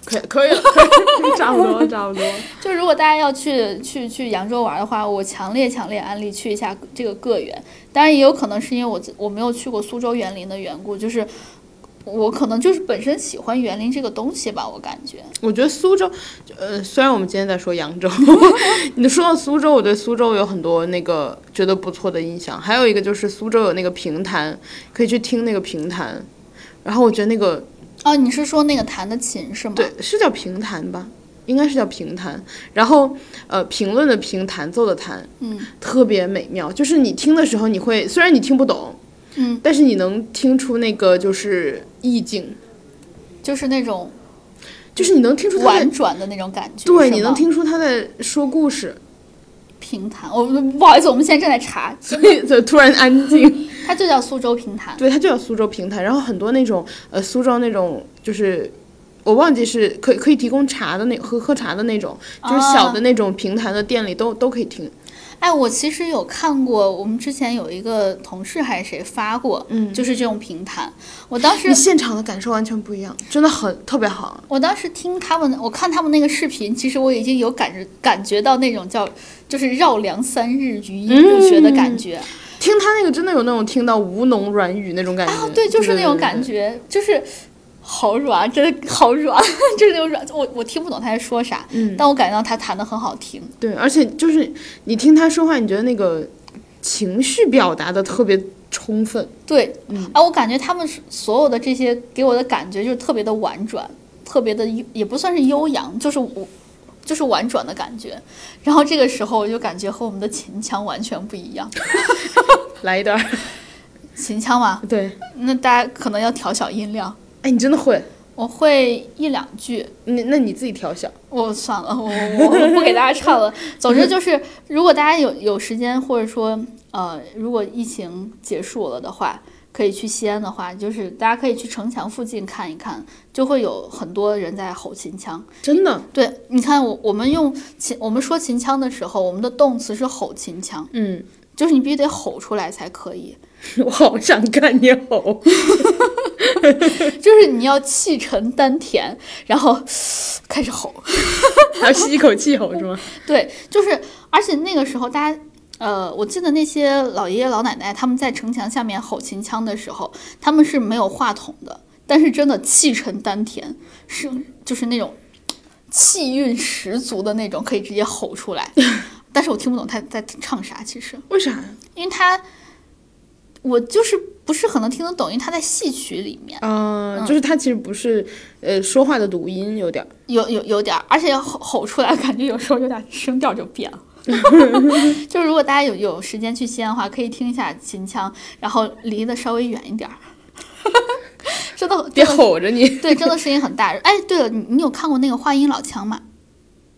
Speaker 2: 可以可以了，可以 差不多差不多。
Speaker 1: 就如果大家要去去去扬州玩的话，我强烈强烈安利去一下这个个园。当然也有可能是因为我自我没有去过苏州园林的缘故，就是我可能就是本身喜欢园林这个东西吧，我感觉。
Speaker 2: 我觉得苏州，呃，虽然我们今天在说扬州， 你说到苏州，我对苏州有很多那个觉得不错的印象。还有一个就是苏州有那个评弹，可以去听那个评弹。然后我觉得那个
Speaker 1: 哦，你是说那个弹的琴是吗？
Speaker 2: 对，是叫评弹吧，应该是叫评弹。然后呃，评论的评，弹奏的弹，
Speaker 1: 嗯
Speaker 2: 特别美妙。就是你听的时候，你会虽然你听不懂，
Speaker 1: 嗯，
Speaker 2: 但是你能听出那个就是意境，
Speaker 1: 就是那种
Speaker 2: 就是你能听出他在
Speaker 1: 婉转的那种感觉。
Speaker 2: 对，
Speaker 1: 是
Speaker 2: 你能
Speaker 1: 吗
Speaker 2: 听出他在说故事，
Speaker 1: 评弹。我们不好意思，我们现在正在查，
Speaker 2: 所以就突然安静。
Speaker 1: 它就叫苏州评弹。
Speaker 2: 对，它就叫苏州评弹，然后很多那种呃苏州那种就是。我忘记是可以可以提供茶的那喝喝茶的那种，就是
Speaker 1: 啊
Speaker 2: 小的那种评弹的店里都、都可以听。
Speaker 1: 哎，我其实有看过，我们之前有一个同事还是谁发过，
Speaker 2: 嗯
Speaker 1: 就是这种评弹。我当时
Speaker 2: 你现场的感受完全不一样，真的很特别好。
Speaker 1: 我当时听他们，我看他们那个视频，其实我已经有感觉感觉到那种叫就是绕梁三日余音不绝的感觉、
Speaker 2: 听他那个真的有那种听到吴侬软语那种感觉。
Speaker 1: 嗯啊啊，对，就是那种感
Speaker 2: 对。对对
Speaker 1: 觉，就是。好软，真的好软， 就是那种软，我我听不懂他在说啥，
Speaker 2: 嗯
Speaker 1: 但我感觉到他弹的很好听。
Speaker 2: 对，而且就是你听他说话，你觉得那个情绪表达的特别充分。
Speaker 1: 对，啊，我感觉他们是所有的这些给我的感觉就是特别的婉转，特别的悠也不算是悠扬，就是我就是婉转的感觉。然后这个时候我就感觉和我们的秦腔完全不一样，
Speaker 2: 来一 段儿，
Speaker 1: 秦腔嘛，
Speaker 2: 对，
Speaker 1: 那大家可能要调小音量，
Speaker 2: 哎，你真的会，
Speaker 1: 我会一两句，
Speaker 2: 你那你自己调小，
Speaker 1: 我算了，我我我不给大家唱了。总之就是，如果大家有有时间，或者说呃，如果疫情结束了的话，可以去西安的话，就是大家可以去城墙附近看一看，就会有很多人在吼秦腔。
Speaker 2: 真的，
Speaker 1: 对，你看我我们用秦我们说秦腔的时候，我们的动词是吼秦腔，
Speaker 2: 嗯，
Speaker 1: 就是你必须得吼出来才可以，
Speaker 2: 我好想看你吼，
Speaker 1: 就是你要气沉丹田，然后 开始吼。
Speaker 2: 还要吸一口气吼 是吗？
Speaker 1: 对，就是，而且那个时候大家。呃，我记得那些老爷爷老奶奶他们在城墙下面吼秦腔的时候，他们是没有话筒的，但是真的气沉丹田，是就是那种气韵十足的那种，可以直接吼出来。但是我听不懂他在唱啥，其实，
Speaker 2: 为啥？
Speaker 1: 因为他我就是不是很能听得懂，因为他在戏曲里面
Speaker 2: 啊、
Speaker 1: 嗯
Speaker 2: 就是他其实不是，呃，说话的读音有点儿，
Speaker 1: 有有有点儿，而且吼吼出来，感觉有时候有点儿声调就变了。 就如果大家有有时间去西安的话，可以听一下秦腔，然后离得稍微远一点儿。 真的，
Speaker 2: 别
Speaker 1: 真的
Speaker 2: 吼 着你。
Speaker 1: 对，真的声音很大。哎，对了，你你有看过那个《话音老腔》吗？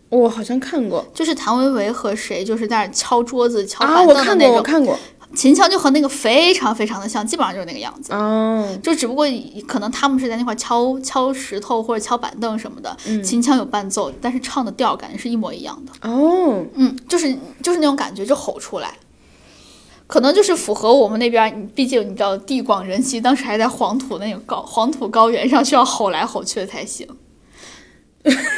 Speaker 2: 我好像看过
Speaker 1: 就是谭维维和谁就是在那儿敲桌子、敲
Speaker 2: 啊，
Speaker 1: 板
Speaker 2: 我
Speaker 1: 凳的
Speaker 2: 看
Speaker 1: 那
Speaker 2: 过，我
Speaker 1: 种。
Speaker 2: 看过
Speaker 1: 秦腔就和那个非常非常的像，基本上就是那个样子。
Speaker 2: 啊，
Speaker 1: 就只不过可能他们是在那块敲敲石头或者敲板凳什么的，
Speaker 2: 嗯
Speaker 1: 秦腔有伴奏，但是唱的调儿感觉是一模一样的。
Speaker 2: 哦，
Speaker 1: 嗯，就是就是那种感觉，就吼出来，可能就是符合我们那边儿，你毕竟你知道地广人稀，当时还在黄土那个高黄土高原上，需要吼来吼去的才行。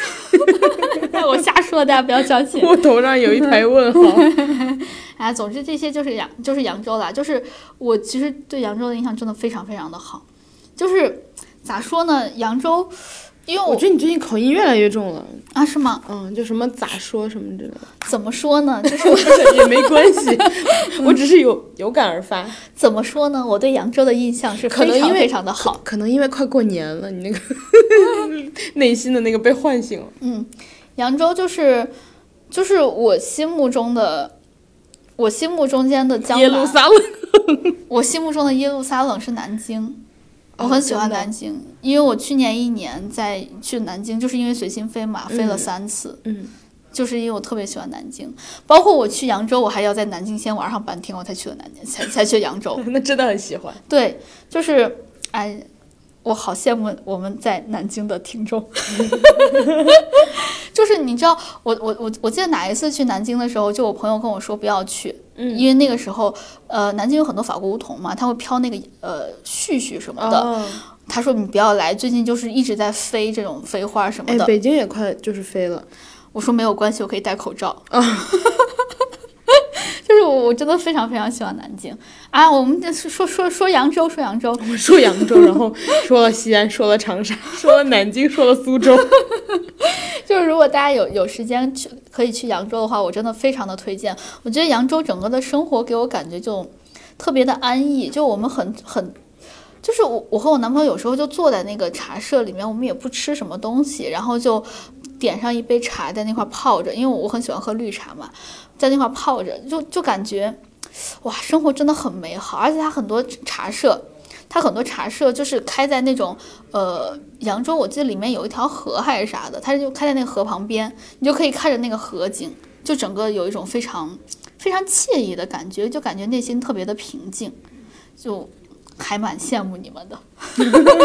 Speaker 1: 那我瞎说的，大家不要相 信。
Speaker 2: 我头上有一排问号。
Speaker 1: 哎，总之这些就是扬，就是扬州啦。就是我其实对扬州的印象真的非常非常的好，就是咋说呢，扬州，因为
Speaker 2: 我
Speaker 1: 我
Speaker 2: 觉得你最近口音越来越重了，
Speaker 1: 啊是吗？
Speaker 2: 嗯，就什么咋说什么之类 的，
Speaker 1: 怎么说呢？就是
Speaker 2: 不是也没关系， 我只是有有感而发，
Speaker 1: 怎么说呢？我对扬州的印象是
Speaker 2: 可能
Speaker 1: 非常
Speaker 2: 因为
Speaker 1: 非常的好。
Speaker 2: 可能因为快过年了，你那个 内心的那个被唤醒了。
Speaker 1: 嗯，扬州就是就是我心目中的，我心目中间的江
Speaker 2: 耶路
Speaker 1: 南，
Speaker 2: 撒冷，
Speaker 1: 我心目中的耶路撒冷是南京。我
Speaker 2: 哦
Speaker 1: 很喜欢
Speaker 2: 真的
Speaker 1: 南京，因为我去年一年在去南京，就是因为随心飞嘛，飞了
Speaker 2: 嗯
Speaker 1: 三次，
Speaker 2: 嗯，
Speaker 1: 就是因为我特别喜欢南京。包括我去扬州，我还要在南京先玩上半天，我才去了南京，才才去扬州。
Speaker 2: 哦那真的很喜欢。
Speaker 1: 对，就是哎，我好羡慕我们在南京的听众。 就是你知道，我我我我记得哪一次去南京的时候，就我朋友跟我说不要去，
Speaker 2: 嗯
Speaker 1: 因为那个时候呃南京有很多法国梧桐嘛，它会飘那个呃絮絮什么的。
Speaker 2: 哦，
Speaker 1: 他说你不要来，最近就是一直在飞这种飞花什么
Speaker 2: 哎
Speaker 1: 的。，
Speaker 2: 北京也快就是飞了，
Speaker 1: 我说没有关系，我可以戴口罩。
Speaker 2: 嗯
Speaker 1: 就是我，我真的非常非常喜欢南京啊！我们这说说说扬州，说扬州，
Speaker 2: 我说扬州，然后说了西安，说了长沙， 说了南京，说了苏州。
Speaker 1: 就是如果大家有有时间去，可以去扬州的话，我真的非常的推荐。我觉得扬州整个的生活给我感觉就特别的安逸，就我们很很。就是我，我和我男朋友有时候就坐在那个茶社里面，我们也不吃什么东西，然后就点上一杯茶，在那块泡着，因为我很喜欢喝绿茶嘛，在那块泡着，就就感觉，哇，生活真的很美好，而且它很多茶社，它很多茶社就是开在那种呃，扬州我记得里面有一条河还是啥的，它就开在那个河旁边，你就可以看着那个河景，就整个有一种非常非常惬意的感觉，就感觉内心特别的平静，就还蛮羡慕你们的。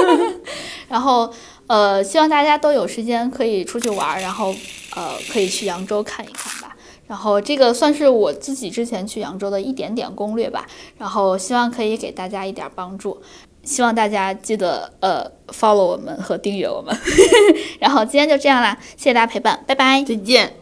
Speaker 1: 然后呃，希望大家都有时间可以出去玩儿，然后呃，可以去扬州看一看吧。然后这个算是我自己之前去扬州的一点点攻略吧，然后希望可以给大家一点儿帮助。希望大家记得呃 follow 我们和订阅我们。然后今天就这样啦，谢谢大家陪伴，拜拜，
Speaker 2: 再见。